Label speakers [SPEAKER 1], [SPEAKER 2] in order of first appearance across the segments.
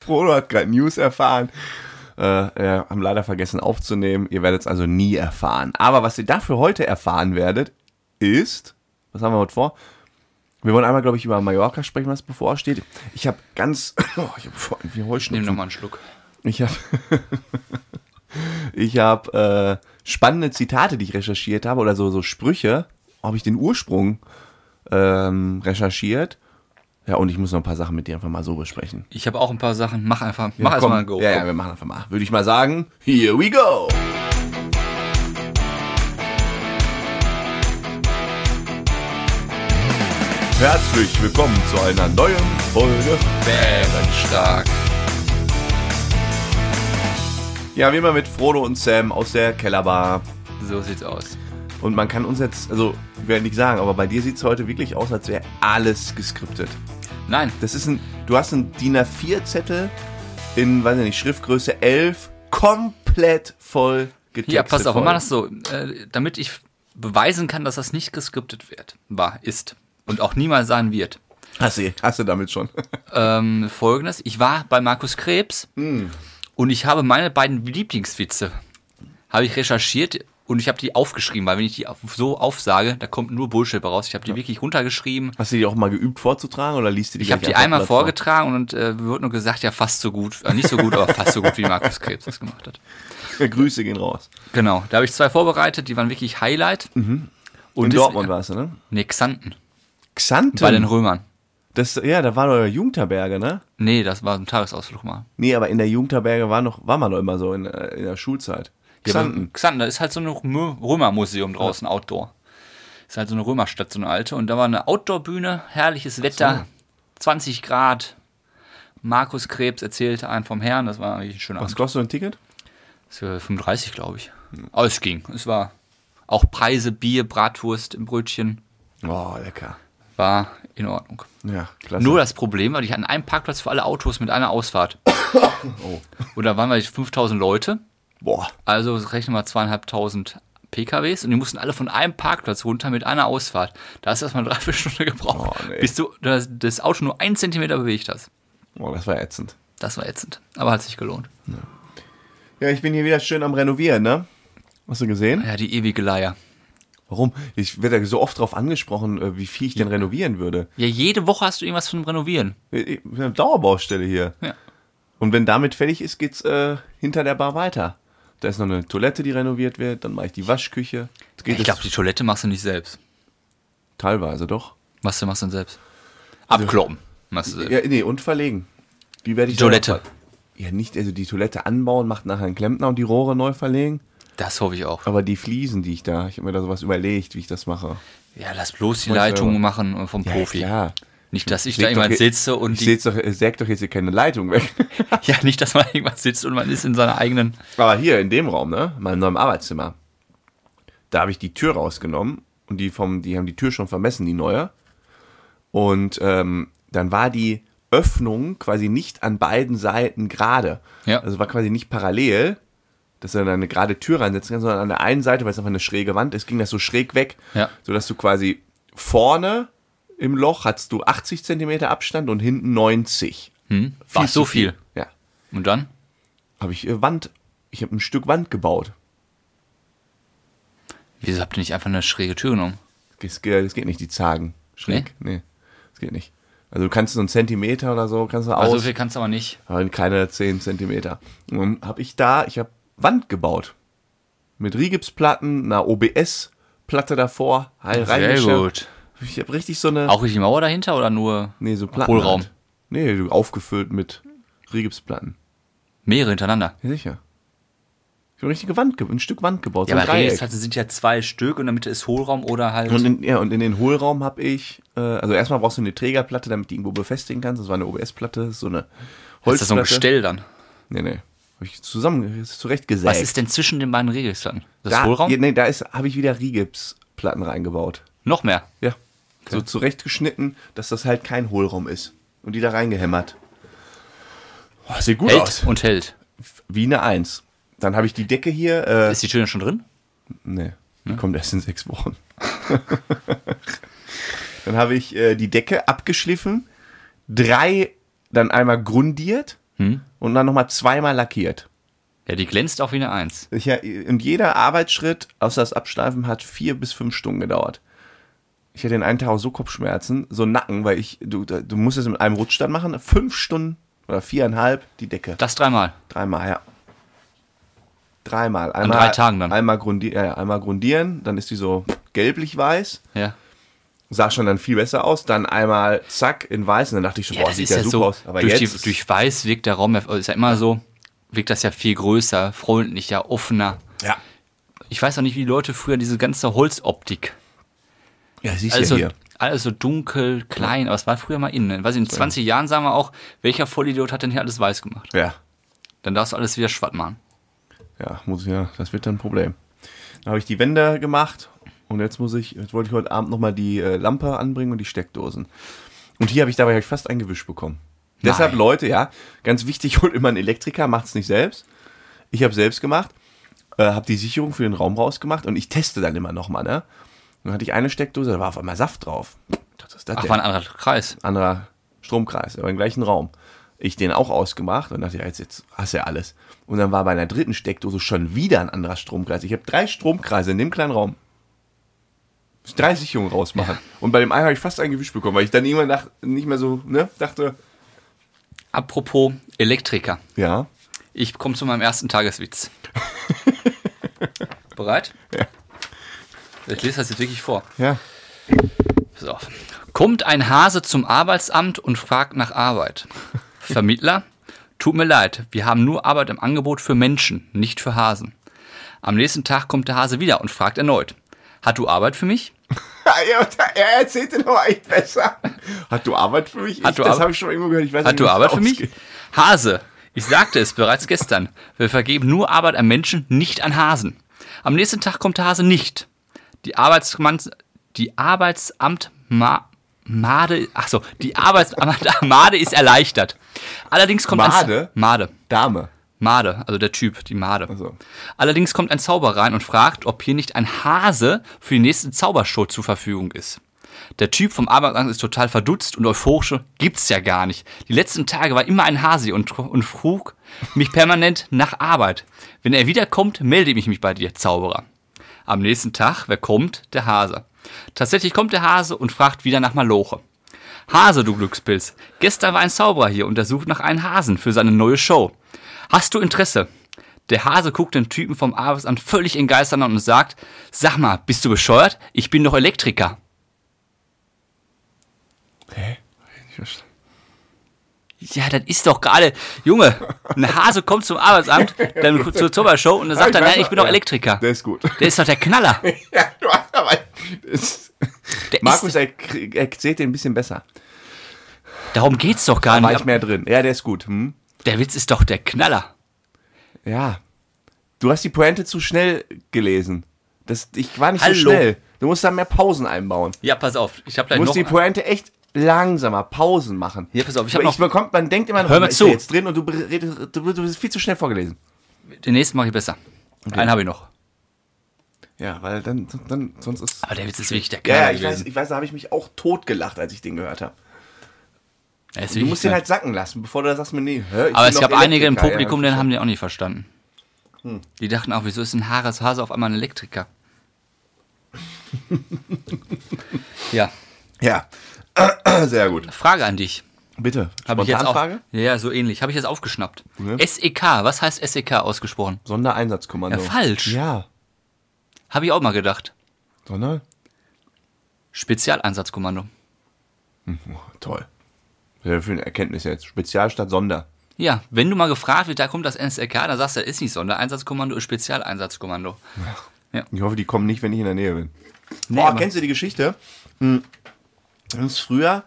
[SPEAKER 1] Frodo hat gerade News erfahren. Äh, ja, haben leider vergessen aufzunehmen. Ihr werdet es also nie erfahren. Aber was ihr dafür heute erfahren werdet, ist, was haben wir heute vor? Wir wollen einmal, glaube ich, über Mallorca sprechen, was bevorsteht. Ich habe ganz, oh, ich habe vor allem viel
[SPEAKER 2] Nimm
[SPEAKER 1] Heuschnupfen.
[SPEAKER 2] nochmal einen Schluck.
[SPEAKER 1] Ich habe ich hab, äh, spannende Zitate, die ich recherchiert habe, oder so, so Sprüche. Habe ich den Ursprung ähm, recherchiert. Ja, und ich muss noch ein paar Sachen mit dir einfach mal so besprechen.
[SPEAKER 2] Ich habe auch ein paar Sachen. Mach einfach, mach erstmal ein Go.
[SPEAKER 1] Ja, ja, wir machen einfach mal. Würde ich mal sagen, here we go. Herzlich willkommen zu einer neuen Folge.
[SPEAKER 2] Äh, Bärenstark.
[SPEAKER 1] Ja, wie immer mit Frodo und Sam aus der Kellerbar.
[SPEAKER 2] So sieht's aus.
[SPEAKER 1] Und man kann uns jetzt, also, ich werde nicht sagen, aber bei dir sieht es heute wirklich aus, als wäre alles geskriptet.
[SPEAKER 2] Nein,
[SPEAKER 1] Das ist ein, du hast einen DIN A4-Zettel in, weiß ich nicht, Schriftgröße 11, komplett voll getextet.
[SPEAKER 2] ja, pass auf, wir
[SPEAKER 1] voll.
[SPEAKER 2] machen das so, äh, damit ich beweisen kann, dass das nicht geskriptet wird, war, ist und auch niemals sein wird.
[SPEAKER 1] Hast du, hast du damit schon.
[SPEAKER 2] Ähm, Folgendes, ich war bei Markus Krebs
[SPEAKER 1] Hm.
[SPEAKER 2] und ich habe meine beiden Lieblingswitze, habe ich recherchiert und ich habe die aufgeschrieben, weil wenn ich die auf- so aufsage, da kommt nur Bullshit raus. Ich habe die wirklich runtergeschrieben.
[SPEAKER 1] Hast du die auch mal geübt vorzutragen oder liest du die
[SPEAKER 2] Ich habe die einmal vorgetragen und äh, wird nur gesagt, ja, fast so gut, äh, nicht so gut, aber fast so gut, wie Markus Krebs das gemacht hat.
[SPEAKER 1] vorgetragen? Grüße gehen raus.
[SPEAKER 2] Genau, da habe ich zwei vorbereitet, die waren wirklich Highlight. Und
[SPEAKER 1] In
[SPEAKER 2] das-
[SPEAKER 1] Dortmund warst du, ne?
[SPEAKER 2] Nee, Xanten,
[SPEAKER 1] Xanten.
[SPEAKER 2] bei den Römern.
[SPEAKER 1] das, ja, da war doch der Jungterberge, ne?
[SPEAKER 2] Nee, das war ein Tagesausflug mal.
[SPEAKER 1] Nee, aber in der Jungterberge war, noch, war man doch immer so in, äh, in der Schulzeit.
[SPEAKER 2] Ja, aber
[SPEAKER 1] Xanten.
[SPEAKER 2] Xanten, da ist halt so ein Rö- Römermuseum draußen, Outdoor. Ist halt so eine Römerstadt, so eine alte. Und da war eine Outdoor-Bühne, herrliches Wetter, 20 Grad. Markus Krebs erzählte einen vom Herrn, das war eigentlich ein schöner
[SPEAKER 1] Was kostet so ein Ticket?
[SPEAKER 2] Für 35, glaube ich. Aber es ging. Es war auch Preise, Bier, Bratwurst, Brötchen.
[SPEAKER 1] Oh, lecker.
[SPEAKER 2] War in Ordnung.
[SPEAKER 1] Ja, klasse.
[SPEAKER 2] Nur das Problem war, ich hatte einen Parkplatz für alle Autos mit einer Ausfahrt. Oh. Und da waren wir 5000 Leute.
[SPEAKER 1] Boah.
[SPEAKER 2] Also rechnen wir zweieinhalbtausend PKWs und die mussten alle von einem Parkplatz runter mit einer Ausfahrt. Da hast du erstmal drei, vier Stunden gebraucht,
[SPEAKER 1] Oh, nee.
[SPEAKER 2] bis du das, das Auto nur einen Zentimeter bewegt hast.
[SPEAKER 1] Oh, das war ätzend.
[SPEAKER 2] Das war ätzend. Aber hat sich gelohnt.
[SPEAKER 1] Ja, ich bin hier wieder schön am Renovieren, ne? Hast du gesehen?
[SPEAKER 2] Ja, die ewige Leier.
[SPEAKER 1] Warum? Ich werde ja so oft darauf angesprochen, äh, wie viel ich denn renovieren würde.
[SPEAKER 2] Ja, jede Woche hast du irgendwas zum Renovieren.
[SPEAKER 1] Ich- ich- Eine Dauerbaustelle hier.
[SPEAKER 2] Ja.
[SPEAKER 1] Und wenn damit fertig ist, geht's äh, hinter der Bar weiter. Da ist noch eine Toilette, die renoviert wird, dann mache ich die Waschküche. Jetzt geht
[SPEAKER 2] Ich
[SPEAKER 1] es
[SPEAKER 2] glaube, die Toilette machst du nicht selbst.
[SPEAKER 1] teilweise doch.
[SPEAKER 2] Was du machst du denn selbst? Abkloppen. Machst du selbst.
[SPEAKER 1] Also Ja, nee, und verlegen. Die werde ich
[SPEAKER 2] Die Toilette.
[SPEAKER 1] selber- Ja, nicht, also die Toilette anbauen, macht nachher einen Klempner und die Rohre neu verlegen.
[SPEAKER 2] Das hoffe ich auch.
[SPEAKER 1] Aber die Fliesen, die ich da, ich habe mir da sowas überlegt, wie ich das mache.
[SPEAKER 2] Ja, lass bloß die
[SPEAKER 1] Mach ich selber.
[SPEAKER 2] Leitung machen äh, vom Profi.
[SPEAKER 1] klar.
[SPEAKER 2] Nicht, dass ich
[SPEAKER 1] Leg
[SPEAKER 2] da irgendwann
[SPEAKER 1] doch hier-
[SPEAKER 2] sitze und
[SPEAKER 1] Ich
[SPEAKER 2] die,
[SPEAKER 1] seh's doch, äh, säg doch jetzt hier keine Leitung weg.
[SPEAKER 2] ja, nicht, dass man irgendwann sitzt und man ist in seiner eigenen.
[SPEAKER 1] Aber hier in dem Raum, ne, meinem neuen Arbeitszimmer, da habe ich die Tür rausgenommen und die vom, die haben die Tür schon vermessen, die neue. Und ähm, dann war die Öffnung quasi nicht an beiden Seiten gerade.
[SPEAKER 2] Ja.
[SPEAKER 1] Also war quasi nicht parallel, dass er dann eine gerade Tür reinsetzen kann, sondern an der einen Seite, weil es einfach eine schräge Wand ist, ging das so schräg weg,
[SPEAKER 2] Ja.
[SPEAKER 1] sodass du quasi vorne im Loch hattest du 80 Zentimeter Abstand und hinten 90.
[SPEAKER 2] Hm? War
[SPEAKER 1] zu
[SPEAKER 2] so viel.
[SPEAKER 1] Ja.
[SPEAKER 2] Und dann?
[SPEAKER 1] Habe ich äh, Wand, ich habe ein Stück Wand gebaut.
[SPEAKER 2] Wieso habt ihr nicht einfach eine schräge Tür genommen?
[SPEAKER 1] Das, ge- das geht nicht, die Zagen. Schräg. Nee. das geht nicht. Also du kannst so einen Zentimeter oder so, kannst du
[SPEAKER 2] Also
[SPEAKER 1] aus,
[SPEAKER 2] so viel kannst du aber nicht.
[SPEAKER 1] aber keine 10 Zentimeter. Und hab ich da, ich habe Wand gebaut. Mit Rigipsplatten, einer OBS-Platte davor, halt Ich habe richtig so eine,
[SPEAKER 2] Auch richtig Mauer dahinter oder nur
[SPEAKER 1] nee, so Platten.
[SPEAKER 2] Hohlraum?
[SPEAKER 1] halt. Nee, du- aufgefüllt mit Rigipsplatten.
[SPEAKER 2] mehrere hintereinander?
[SPEAKER 1] Ja, sicher. Ich habe eine richtige Wand, ge- ein Stück Wand gebaut,
[SPEAKER 2] Ja,
[SPEAKER 1] so ein
[SPEAKER 2] aber
[SPEAKER 1] Dreieck.
[SPEAKER 2] Regels sind ja zwei Stück und in der Mitte ist Hohlraum oder halt.
[SPEAKER 1] Und in, ja, und in den Hohlraum habe ich, äh, also erstmal brauchst du eine Trägerplatte, damit die irgendwo befestigen kannst. Das war eine OBS-Platte, so eine Holzplatte.
[SPEAKER 2] ist das so ein Gestell dann?
[SPEAKER 1] Nee, nee. Habe ich zusammen zurechtgesägt.
[SPEAKER 2] Was ist denn zwischen den beiden Regelsplatten? Das
[SPEAKER 1] da,
[SPEAKER 2] Hohlraum?
[SPEAKER 1] Ja, nee, da ist habe ich wieder Rigipsplatten reingebaut.
[SPEAKER 2] Noch mehr.
[SPEAKER 1] Ja. So zurechtgeschnitten, dass das halt kein Hohlraum ist. Und die da reingehämmert. Oh, sieht gut
[SPEAKER 2] Hält
[SPEAKER 1] aus.
[SPEAKER 2] und hält.
[SPEAKER 1] Wie eine Eins. Dann habe ich die Decke hier. Äh,
[SPEAKER 2] Ist die Tür denn schon drin?
[SPEAKER 1] Nee, die kommt erst in sechs Wochen. dann habe ich äh, die Decke abgeschliffen, drei dann einmal grundiert und dann nochmal zweimal lackiert.
[SPEAKER 2] Ja, die glänzt auch wie eine Eins.
[SPEAKER 1] Ich, ja, und jeder Arbeitsschritt, außer das Abschleifen, hat vier bis fünf Stunden gedauert. Ich hatte den einen Tag auch so Kopfschmerzen, so Nacken, weil ich, du, du musst es mit einem Rutsch dann machen, fünf Stunden oder viereinhalb die Decke.
[SPEAKER 2] Das dreimal.
[SPEAKER 1] Dreimal, ja. Dreimal. Einmal,
[SPEAKER 2] drei Tagen dann.
[SPEAKER 1] Einmal, grundi ja, ja, einmal grundieren, dann ist die so gelblich-weiß,
[SPEAKER 2] Ja.
[SPEAKER 1] sah schon dann viel besser aus, dann einmal zack in weiß und dann dachte ich schon, boah, sieht ja, super aus. Aber
[SPEAKER 2] durch,
[SPEAKER 1] jetzt,
[SPEAKER 2] die, durch Weiß wirkt der Raum, ja- oh, ist ja immer so, wirkt das ja viel größer, freundlicher, offener.
[SPEAKER 1] ja,
[SPEAKER 2] Ich weiß auch nicht, wie die Leute früher diese ganze Holzoptik.
[SPEAKER 1] ja, siehst
[SPEAKER 2] Also,
[SPEAKER 1] ja hier.
[SPEAKER 2] alles so dunkel, klein, aber es war früher mal innen. Weiß ich, in 20 Jahren sagen wir auch, welcher Vollidiot hat denn hier alles weiß gemacht?
[SPEAKER 1] Ja,
[SPEAKER 2] Dann darfst du alles wieder schwatt machen.
[SPEAKER 1] ja, muss ich ja, das wird dann ein Problem. Dann habe ich die Wände gemacht und jetzt muss ich, jetzt wollte ich heute Abend nochmal die äh, Lampe anbringen und die Steckdosen. Und hier habe ich dabei hab ich fast ein Gewisch bekommen. Deshalb, Leute, ja, ganz wichtig, holt immer einen Elektriker, macht es nicht selbst. Ich habe selbst gemacht, äh, habe die Sicherung für den Raum rausgemacht und ich teste dann immer nochmal, ne? Dann hatte ich eine Steckdose, da war auf einmal Saft drauf. Ich dachte, Was ist das
[SPEAKER 2] Ach,
[SPEAKER 1] denn?
[SPEAKER 2] war ein anderer Kreis.
[SPEAKER 1] anderer Stromkreis, aber im gleichen Raum. Ich den auch ausgemacht und dachte, ja, jetzt, jetzt hast du ja alles. Und dann war bei einer dritten Steckdose schon wieder ein anderer Stromkreis. Ich habe drei Stromkreise in dem kleinen Raum. Muss drei Sicherungen rausmachen. Und bei dem einen habe ich fast ein Gewicht bekommen, weil ich dann irgendwann nach, nicht mehr so, ne, dachte,
[SPEAKER 2] Apropos Elektriker.
[SPEAKER 1] ja,
[SPEAKER 2] Ich komme zu meinem ersten Tageswitz. Bereit?
[SPEAKER 1] Ja.
[SPEAKER 2] Ich lese das jetzt wirklich vor.
[SPEAKER 1] ja,
[SPEAKER 2] Pass auf. Kommt ein Hase zum Arbeitsamt und fragt nach Arbeit. Vermittler, tut mir leid, wir haben nur Arbeit im Angebot für Menschen, nicht für Hasen. Am nächsten Tag kommt der Hase wieder und fragt erneut. Hat du Arbeit für mich?
[SPEAKER 1] Ja, er erzählt den aber echt besser. Hat du Arbeit für mich?
[SPEAKER 2] Hat
[SPEAKER 1] Ich-
[SPEAKER 2] du
[SPEAKER 1] das
[SPEAKER 2] Arbeit-
[SPEAKER 1] habe ich schon irgendwo gehört. Ich weiß
[SPEAKER 2] Hat
[SPEAKER 1] wie
[SPEAKER 2] du
[SPEAKER 1] das
[SPEAKER 2] Arbeit für mich?
[SPEAKER 1] ausgeht.
[SPEAKER 2] Hase, ich sagte es bereits gestern. Wir vergeben nur Arbeit an Menschen, nicht an Hasen. Am nächsten Tag kommt der Hase nicht. Die Arbeitsmann, die Arbeitsamt Ma Made, ach so, die Arbeitsamt Made ist erleichtert. Allerdings kommt
[SPEAKER 1] Made?
[SPEAKER 2] ein Made,
[SPEAKER 1] Dame.
[SPEAKER 2] Made, also der Typ, die Made.
[SPEAKER 1] so.
[SPEAKER 2] Allerdings kommt ein Zauberer rein und fragt, ob hier nicht ein Hase für die nächste Zaubershow zur Verfügung ist. Der Typ vom Arbeitsamt ist total verdutzt und euphorisch. Gibt's ja gar nicht. Die letzten Tage war immer ein Hase und, und frug mich permanent nach Arbeit. Wenn er wiederkommt, melde ich mich bei dir, Zauberer. Am nächsten Tag, wer kommt? Der Hase. Tatsächlich kommt der Hase und fragt wieder nach Maloche. Hase, du Glückspilz. Gestern war ein Zauberer hier und er sucht nach einem Hasen für seine neue Show. Hast du Interesse? Der Hase guckt den Typen vom Arbeitsamt völlig entgeistert an und sagt, sag mal, bist du bescheuert? Ich bin doch Elektriker.
[SPEAKER 1] Hä? Ich verstehe.
[SPEAKER 2] Ja, das ist doch gerade, Junge, ein Hase kommt zum Arbeitsamt, dann zur Zaubershow und dann sagt er,
[SPEAKER 1] weiß
[SPEAKER 2] nein, ich
[SPEAKER 1] noch-
[SPEAKER 2] bin doch
[SPEAKER 1] ja,
[SPEAKER 2] Elektriker.
[SPEAKER 1] Der ist gut.
[SPEAKER 2] Der ist doch der Knaller.
[SPEAKER 1] Ja, du hast aber. Das
[SPEAKER 2] Der
[SPEAKER 1] Markus
[SPEAKER 2] ist,
[SPEAKER 1] er, erzählt den ein bisschen besser.
[SPEAKER 2] darum geht's doch gar
[SPEAKER 1] War
[SPEAKER 2] nicht.
[SPEAKER 1] ich mehr drin. Ja, der ist gut. Hm?
[SPEAKER 2] Der Witz ist doch der Knaller.
[SPEAKER 1] Ja. Du hast die Pointe zu schnell gelesen. Das, ich war nicht
[SPEAKER 2] Hallo.
[SPEAKER 1] so schnell. Du musst da mehr Pausen einbauen.
[SPEAKER 2] Ja, pass auf, ich habe
[SPEAKER 1] Du
[SPEAKER 2] gleich
[SPEAKER 1] musst
[SPEAKER 2] Äh, noch...
[SPEAKER 1] die Pointe echt langsamer, Pausen machen.
[SPEAKER 2] Ja, pass auf, ich hab
[SPEAKER 1] Weil
[SPEAKER 2] noch-
[SPEAKER 1] bekommt, Man denkt immer noch,
[SPEAKER 2] Hör mir
[SPEAKER 1] ist
[SPEAKER 2] zu.
[SPEAKER 1] der jetzt drin und du, redest, du, du bist viel zu schnell vorgelesen.
[SPEAKER 2] Den nächsten mache ich besser. Einen habe ich noch.
[SPEAKER 1] Ja, weil dann, dann sonst ist.
[SPEAKER 2] Aber der Witz ist wirklich der Knaller
[SPEAKER 1] Ja, ja ich, weiß,
[SPEAKER 2] gewesen.
[SPEAKER 1] ich weiß, da habe ich mich auch tot gelacht, als ich den gehört habe.
[SPEAKER 2] Er ist
[SPEAKER 1] Du
[SPEAKER 2] wirklich
[SPEAKER 1] musst den
[SPEAKER 2] Knaller.
[SPEAKER 1] halt sacken lassen, bevor du das sagst mir, nee. hä, ich
[SPEAKER 2] Aber
[SPEAKER 1] bin
[SPEAKER 2] es
[SPEAKER 1] doch
[SPEAKER 2] gab einige im
[SPEAKER 1] Elektriker,
[SPEAKER 2] Publikum,
[SPEAKER 1] ja. Hm.
[SPEAKER 2] die haben den auch nicht verstanden. Die dachten auch, wieso ist ein Haares Hase auf einmal ein Elektriker? ja,
[SPEAKER 1] Ja, sehr gut.
[SPEAKER 2] Frage an dich.
[SPEAKER 1] Bitte.
[SPEAKER 2] Habe ich jetzt auch.
[SPEAKER 1] Spontanfrage?
[SPEAKER 2] Ja, ja, so ähnlich. Habe ich jetzt aufgeschnappt.
[SPEAKER 1] Mhm.
[SPEAKER 2] SEK, was heißt SEK ausgesprochen?
[SPEAKER 1] Sondereinsatzkommando.
[SPEAKER 2] Ja, falsch.
[SPEAKER 1] Ja.
[SPEAKER 2] Habe ich auch mal gedacht.
[SPEAKER 1] Sonder?
[SPEAKER 2] Spezialeinsatzkommando.
[SPEAKER 1] Oh, toll. Sehr schöne Erkenntnis jetzt. Spezial statt Sonder.
[SPEAKER 2] Ja, wenn du mal gefragt wird, da kommt das SEK, dann sagst du, das ist nicht Sondereinsatzkommando, ist Spezialeinsatzkommando.
[SPEAKER 1] Ich hoffe, die kommen nicht, wenn ich in der Nähe bin.
[SPEAKER 2] Nee,
[SPEAKER 1] Boah,
[SPEAKER 2] aber-
[SPEAKER 1] kennst du die Geschichte? Hm. Das ist früher,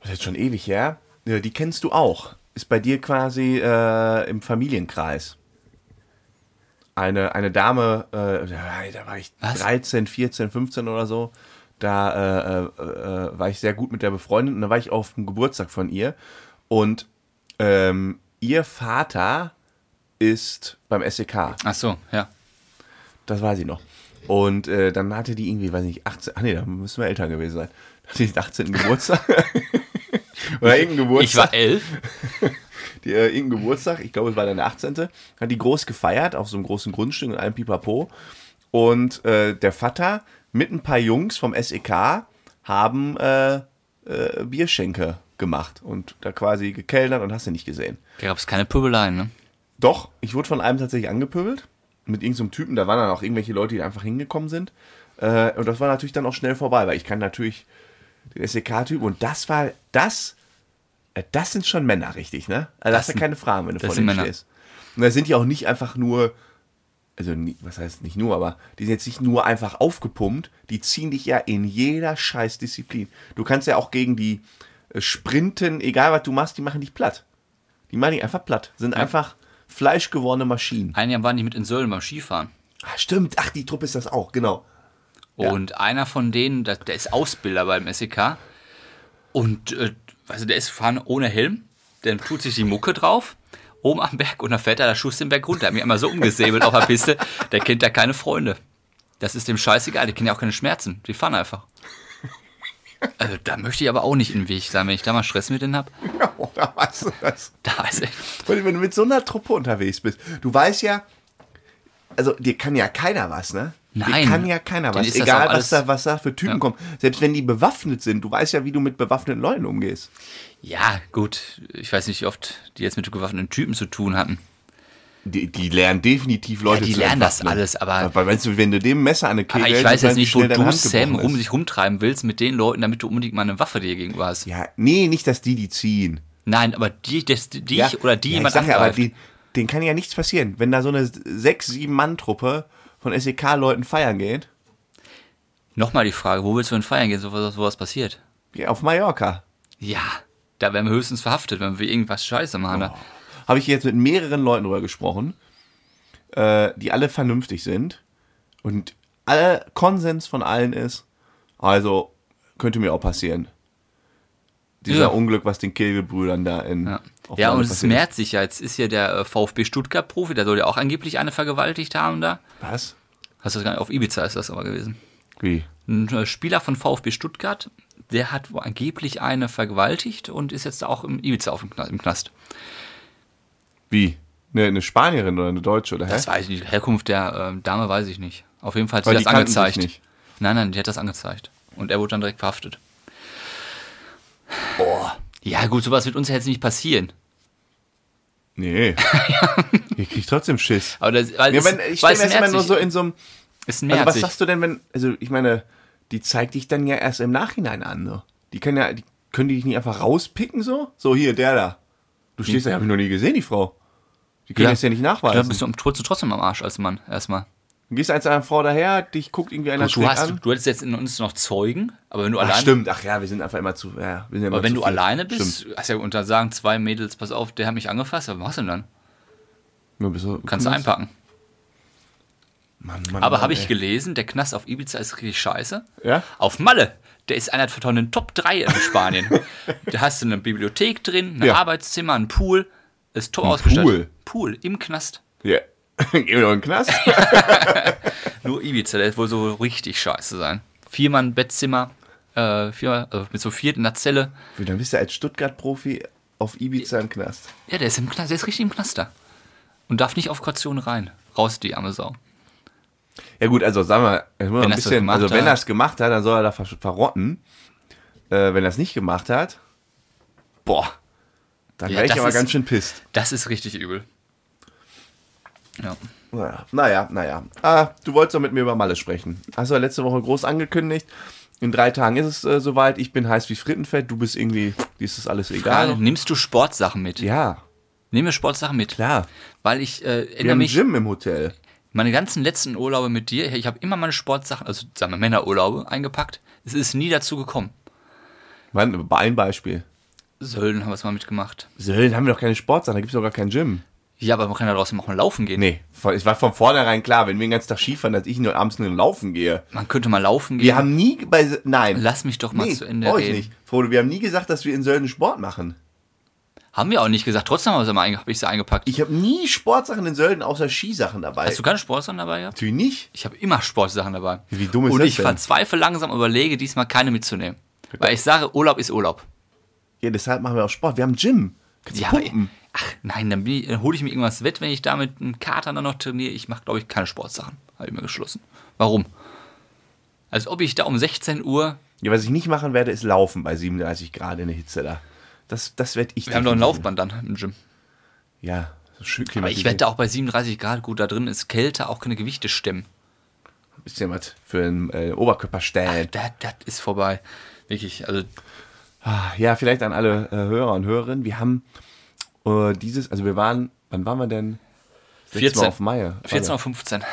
[SPEAKER 1] das ist jetzt schon ewig her, ja, die kennst du auch. Ist bei dir quasi äh, im Familienkreis. Eine, eine Dame, äh, ja, da war ich
[SPEAKER 2] Was?
[SPEAKER 1] 13, 14, 15 oder so. Da äh, äh, äh, war ich sehr gut mit der befreundet und da war ich auf dem Geburtstag von ihr. Und ähm, ihr Vater ist beim E SEK.
[SPEAKER 2] Ach so, ja.
[SPEAKER 1] Das weiß ich noch. Und äh, dann hatte die irgendwie, weiß nicht, 18, ach nee, da müssen wir Eltern gewesen sein. Da hatte die den 18. Geburtstag. Oder irgendein
[SPEAKER 2] Ich war
[SPEAKER 1] Geburtstag.
[SPEAKER 2] elf.
[SPEAKER 1] die, äh, irgendein Geburtstag, ich glaube, es war deine 18. Hat die groß gefeiert auf so einem großen Grundstück in einem Pipapo. Und äh, der Vater mit ein paar Jungs vom SEK haben äh, äh, Bierschenke gemacht und da quasi gekellnert und hast du nicht gesehen.
[SPEAKER 2] Da gab es keine Pöbeleien, ne?
[SPEAKER 1] Doch, ich wurde von einem tatsächlich angepöbelt. Mit irgendeinem Typen, da waren dann auch irgendwelche Leute, die einfach hingekommen sind. Äh, und das war natürlich dann auch schnell vorbei, weil ich kann natürlich den SEK-Typen und das war das, äh, das sind schon Männer, richtig, ne? Also das
[SPEAKER 2] Das
[SPEAKER 1] hast du
[SPEAKER 2] sind-
[SPEAKER 1] keine Fragen, wenn du
[SPEAKER 2] das
[SPEAKER 1] vor
[SPEAKER 2] sind
[SPEAKER 1] denen
[SPEAKER 2] Männer.
[SPEAKER 1] stehst. Und da sind die auch nicht einfach nur, also nie, was heißt nicht nur, aber die sind jetzt nicht nur einfach aufgepumpt, die ziehen dich ja in jeder Scheißdisziplin. Du kannst ja auch gegen die äh, sprinten, egal was du machst, die machen dich platt. Die machen dich einfach platt. Sind einfach fleischgewordene Maschinen.
[SPEAKER 2] Ein Jahr waren die mit in Sölden beim Skifahren.
[SPEAKER 1] Ah, stimmt, ach, die Truppe ist das auch, genau. Ja.
[SPEAKER 2] Und einer von denen, der, der ist Ausbilder beim SEK. Und äh, also der ist fahren ohne Helm. Dann tut sich die Mucke drauf. Oben am Berg und dann fährt er der Schuss den Berg runter. Hat mich einmal so umgesäbelt auf der Piste. Der kennt ja keine Freunde. Das ist dem scheißegal. Die kennen ja auch keine Schmerzen. Die fahren einfach. Also, da möchte ich aber auch nicht im Weg sein, wenn ich da mal Stress mit denen habe.
[SPEAKER 1] Ja, oder weißt du das?
[SPEAKER 2] Da ist er.
[SPEAKER 1] Wenn, wenn du mit so einer Truppe unterwegs bist, du weißt ja, also dir kann ja keiner was, ne?
[SPEAKER 2] Nein.
[SPEAKER 1] Dir kann ja keiner
[SPEAKER 2] Denen
[SPEAKER 1] was,
[SPEAKER 2] ist das
[SPEAKER 1] egal
[SPEAKER 2] auch
[SPEAKER 1] was
[SPEAKER 2] alles-
[SPEAKER 1] da, was da für Typen
[SPEAKER 2] Ja.
[SPEAKER 1] kommen. Selbst wenn die bewaffnet sind, du weißt ja, wie du mit bewaffneten Leuten umgehst.
[SPEAKER 2] Ja, gut. Ich weiß nicht, wie oft die jetzt mit gewaffneten Typen zu tun hatten.
[SPEAKER 1] Die, die lernen definitiv Leute
[SPEAKER 2] Ja, die
[SPEAKER 1] zu
[SPEAKER 2] lernen das
[SPEAKER 1] entwaffnen.
[SPEAKER 2] alles, aber-
[SPEAKER 1] Aber weißt du, wenn du dem Messer an eine Kehle
[SPEAKER 2] Aber ich
[SPEAKER 1] hältst,
[SPEAKER 2] weiß jetzt
[SPEAKER 1] weißt halt,
[SPEAKER 2] nicht,
[SPEAKER 1] wie
[SPEAKER 2] wo
[SPEAKER 1] schnell deine
[SPEAKER 2] du
[SPEAKER 1] Hand
[SPEAKER 2] Sam
[SPEAKER 1] gebrochen
[SPEAKER 2] rum
[SPEAKER 1] ist.
[SPEAKER 2] sich rumtreiben willst mit den Leuten, damit du unbedingt mal eine Waffe dir gegenüber hast.
[SPEAKER 1] Ja, nee, nicht, dass die die ziehen.
[SPEAKER 2] Nein, aber die, das, die
[SPEAKER 1] ja,
[SPEAKER 2] oder die
[SPEAKER 1] ja,
[SPEAKER 2] jemand
[SPEAKER 1] ich sag ja, aber
[SPEAKER 2] angreift.
[SPEAKER 1] die, denen kann ja nichts passieren. Wenn da so eine sechs, sieben Mann-Truppe von SEK-Leuten feiern geht,
[SPEAKER 2] Nochmal die Frage, wo willst du denn feiern gehen, so was, sowas passiert?
[SPEAKER 1] ja, auf Mallorca.
[SPEAKER 2] Ja, da werden wir höchstens verhaftet, wenn wir irgendwas scheiße machen. ne?
[SPEAKER 1] Habe ich jetzt mit mehreren Leuten drüber gesprochen, äh, die alle vernünftig sind. Und alle Konsens von allen ist, also könnte mir auch passieren. Dieser
[SPEAKER 2] Ja.
[SPEAKER 1] Unglück, was den Kegelbrüdern da in.
[SPEAKER 2] Ja,
[SPEAKER 1] auf
[SPEAKER 2] ja
[SPEAKER 1] Malle
[SPEAKER 2] und es
[SPEAKER 1] passiert ist.
[SPEAKER 2] merkt sich ja, jetzt ist hier der äh, VfB Stuttgart-Profi, der soll ja auch angeblich eine vergewaltigt haben da.
[SPEAKER 1] Was?
[SPEAKER 2] Hast du das gar nicht, auf Ibiza ist das aber gewesen.
[SPEAKER 1] Wie?
[SPEAKER 2] Ein äh, Spieler von VfB Stuttgart, der hat wohl angeblich eine vergewaltigt und ist jetzt auch im Ibiza auf dem Knast, im Knast.
[SPEAKER 1] Wie? Eine, eine Spanierin oder eine Deutsche oder
[SPEAKER 2] Das weiß ich nicht. Herkunft der ähm, Dame weiß ich nicht. Auf jeden Fall hat sie
[SPEAKER 1] Weil
[SPEAKER 2] das
[SPEAKER 1] die kannten sich
[SPEAKER 2] angezeigt.
[SPEAKER 1] nicht.
[SPEAKER 2] Nein, nein, die hat das angezeigt. Und er wurde dann direkt verhaftet. Oh. Ja, gut, sowas wird uns ja jetzt nicht passieren.
[SPEAKER 1] Nee. ich krieg trotzdem Schiss.
[SPEAKER 2] Aber das, weil
[SPEAKER 1] Ja,
[SPEAKER 2] es,
[SPEAKER 1] wenn, ich stelle
[SPEAKER 2] weil es
[SPEAKER 1] mir das immer
[SPEAKER 2] merkt
[SPEAKER 1] nur
[SPEAKER 2] sich.
[SPEAKER 1] so in so einem.
[SPEAKER 2] es
[SPEAKER 1] Also
[SPEAKER 2] merkt
[SPEAKER 1] was
[SPEAKER 2] sich.
[SPEAKER 1] sagst du denn, wenn, also ich meine, die zeigt dich dann ja erst im Nachhinein an, so. Die können ja, die, können die dich nicht einfach rauspicken, so? So, hier, der da. Du stehst da, habe ich noch nie gesehen, die Frau. Die können das ja nicht
[SPEAKER 2] Da
[SPEAKER 1] nachweisen.
[SPEAKER 2] bist du am- trotzdem trotzdem am Arsch als Mann, erstmal.
[SPEAKER 1] Du gehst eins einer Frau daher, dich guckt irgendwie einer
[SPEAKER 2] Du,
[SPEAKER 1] schräg
[SPEAKER 2] hast,
[SPEAKER 1] an.
[SPEAKER 2] du hättest jetzt in uns noch Zeugen, aber wenn du
[SPEAKER 1] Ach,
[SPEAKER 2] allein,
[SPEAKER 1] stimmt, ach ja, wir sind einfach immer zu, ja, wir sind immer
[SPEAKER 2] aber wenn
[SPEAKER 1] zu
[SPEAKER 2] du
[SPEAKER 1] viel.
[SPEAKER 2] alleine
[SPEAKER 1] Stimmt.
[SPEAKER 2] bist, hast ja unter sagen zwei Mädels, pass auf, der hat mich angefasst, aber was denn dann?
[SPEAKER 1] Nur bist du,
[SPEAKER 2] Kannst du einpacken.
[SPEAKER 1] Mann, Mann,
[SPEAKER 2] Aber
[SPEAKER 1] Mann,
[SPEAKER 2] habe ich
[SPEAKER 1] ey.
[SPEAKER 2] gelesen, der Knast auf Ibiza ist richtig scheiße.
[SPEAKER 1] Ja?
[SPEAKER 2] Auf Malle, der ist einer von den Top 3 in Spanien. da hast du eine Bibliothek drin, ein
[SPEAKER 1] Ja.
[SPEAKER 2] Arbeitszimmer, ein Pool, ist top ausgestattet. Pool? im Knast.
[SPEAKER 1] Ja. Geh mir doch in den Knast.
[SPEAKER 2] Nur Ibiza, der wird wohl so richtig scheiße sein. Viermann Bettzimmer, äh, vier, äh, mit so viert in der Zelle.
[SPEAKER 1] dann bist du als Stuttgart-Profi auf Ibiza im Knast.
[SPEAKER 2] Ja, der ist im Knast, der ist richtig im Knaster. Und darf nicht auf Kaution rein. Raus, die arme Sau.
[SPEAKER 1] Ja gut, also sagen wir, wenn ein
[SPEAKER 2] das so
[SPEAKER 1] bisschen,
[SPEAKER 2] gemacht
[SPEAKER 1] also wenn
[SPEAKER 2] hat.
[SPEAKER 1] er es gemacht hat, dann soll er da ver verrotten. Äh, wenn er es nicht gemacht hat, boah, dann
[SPEAKER 2] Ja,
[SPEAKER 1] wäre ich
[SPEAKER 2] das
[SPEAKER 1] aber
[SPEAKER 2] ist-
[SPEAKER 1] ganz schön pisst.
[SPEAKER 2] Das ist richtig übel. Ja.
[SPEAKER 1] Naja, naja, naja. Ah, du wolltest doch mit mir über Malle sprechen. Hast du ja letzte Woche groß angekündigt. In drei Tagen ist es äh, soweit. Ich bin heiß wie Frittenfett. Du bist irgendwie, dir ist das alles
[SPEAKER 2] Frage,
[SPEAKER 1] egal.
[SPEAKER 2] nimmst du Sportsachen mit?
[SPEAKER 1] Ja,
[SPEAKER 2] Nimm mir Sportsachen mit.
[SPEAKER 1] klar.
[SPEAKER 2] Weil ich äh,
[SPEAKER 1] Wir
[SPEAKER 2] erinnere
[SPEAKER 1] haben ein
[SPEAKER 2] mich,
[SPEAKER 1] Gym im Hotel.
[SPEAKER 2] meine ganzen letzten Urlaube mit dir, ich habe immer meine Sportsachen, also sagen wir Männerurlaube, eingepackt. Es ist nie dazu gekommen.
[SPEAKER 1] Wann, ein Beispiel.
[SPEAKER 2] Sölden haben wir es mal mitgemacht.
[SPEAKER 1] Sölden haben wir doch keine Sportsachen, da gibt es doch gar kein Gym.
[SPEAKER 2] Ja, aber man kann da draußen auch mal laufen gehen.
[SPEAKER 1] Nee, von- es war von vornherein klar, wenn wir den ganzen Tag Skifahren, dass ich nur abends nur laufen gehe.
[SPEAKER 2] Man könnte mal laufen gehen.
[SPEAKER 1] Wir haben nie bei nein.
[SPEAKER 2] Lass mich doch mal
[SPEAKER 1] nee,
[SPEAKER 2] zu Ende
[SPEAKER 1] brauch ich
[SPEAKER 2] reden.
[SPEAKER 1] nicht. Frodo, wir haben nie gesagt, dass wir in Sölden Sport machen.
[SPEAKER 2] Haben wir auch nicht gesagt. Trotzdem habe einge hab ich sie eingepackt.
[SPEAKER 1] Ich habe nie Sportsachen in Sölden außer Skisachen dabei.
[SPEAKER 2] Hast du keine Sportsachen dabei gehabt?
[SPEAKER 1] Natürlich nicht.
[SPEAKER 2] Ich habe immer Sportsachen dabei.
[SPEAKER 1] Wie dumm ist
[SPEAKER 2] Und
[SPEAKER 1] das
[SPEAKER 2] ich
[SPEAKER 1] denn?
[SPEAKER 2] verzweifle langsam, überlege diesmal keine mitzunehmen. Weil ich sage, Urlaub ist Urlaub.
[SPEAKER 1] Ja, deshalb machen wir auch Sport. Wir haben Gym. Kannst du
[SPEAKER 2] Ja, aber-
[SPEAKER 1] pumpen?
[SPEAKER 2] ach nein, dann, bin ich- dann hole ich mir irgendwas wett, wenn ich da mit einem Kater dann noch trainiere. Ich mache, glaube ich, keine Sportsachen. Habe ich mir geschlossen. Warum? Als ob ich da um 16 Uhr.
[SPEAKER 1] Ja, was ich nicht machen werde, ist laufen bei 37 Grad in der Hitze da. Das, das werde ich
[SPEAKER 2] Wir haben doch ein
[SPEAKER 1] definitiv-
[SPEAKER 2] Laufband dann im Gym.
[SPEAKER 1] Ja, so schön
[SPEAKER 2] Aber ich wette auch bei 37 Grad, gut, da drin ist Kälte, auch keine Gewichte stemmen.
[SPEAKER 1] Ein bisschen was für den äh, Oberkörper stellen.
[SPEAKER 2] Das, das ist vorbei. Wirklich, also
[SPEAKER 1] Ah, Ja, vielleicht an alle äh, Hörer und Hörerinnen. Wir haben äh, dieses, also wir waren, wann waren wir denn? Letztes
[SPEAKER 2] 14.
[SPEAKER 1] Mal auf Meier.
[SPEAKER 2] 14 auf 15.
[SPEAKER 1] Ach,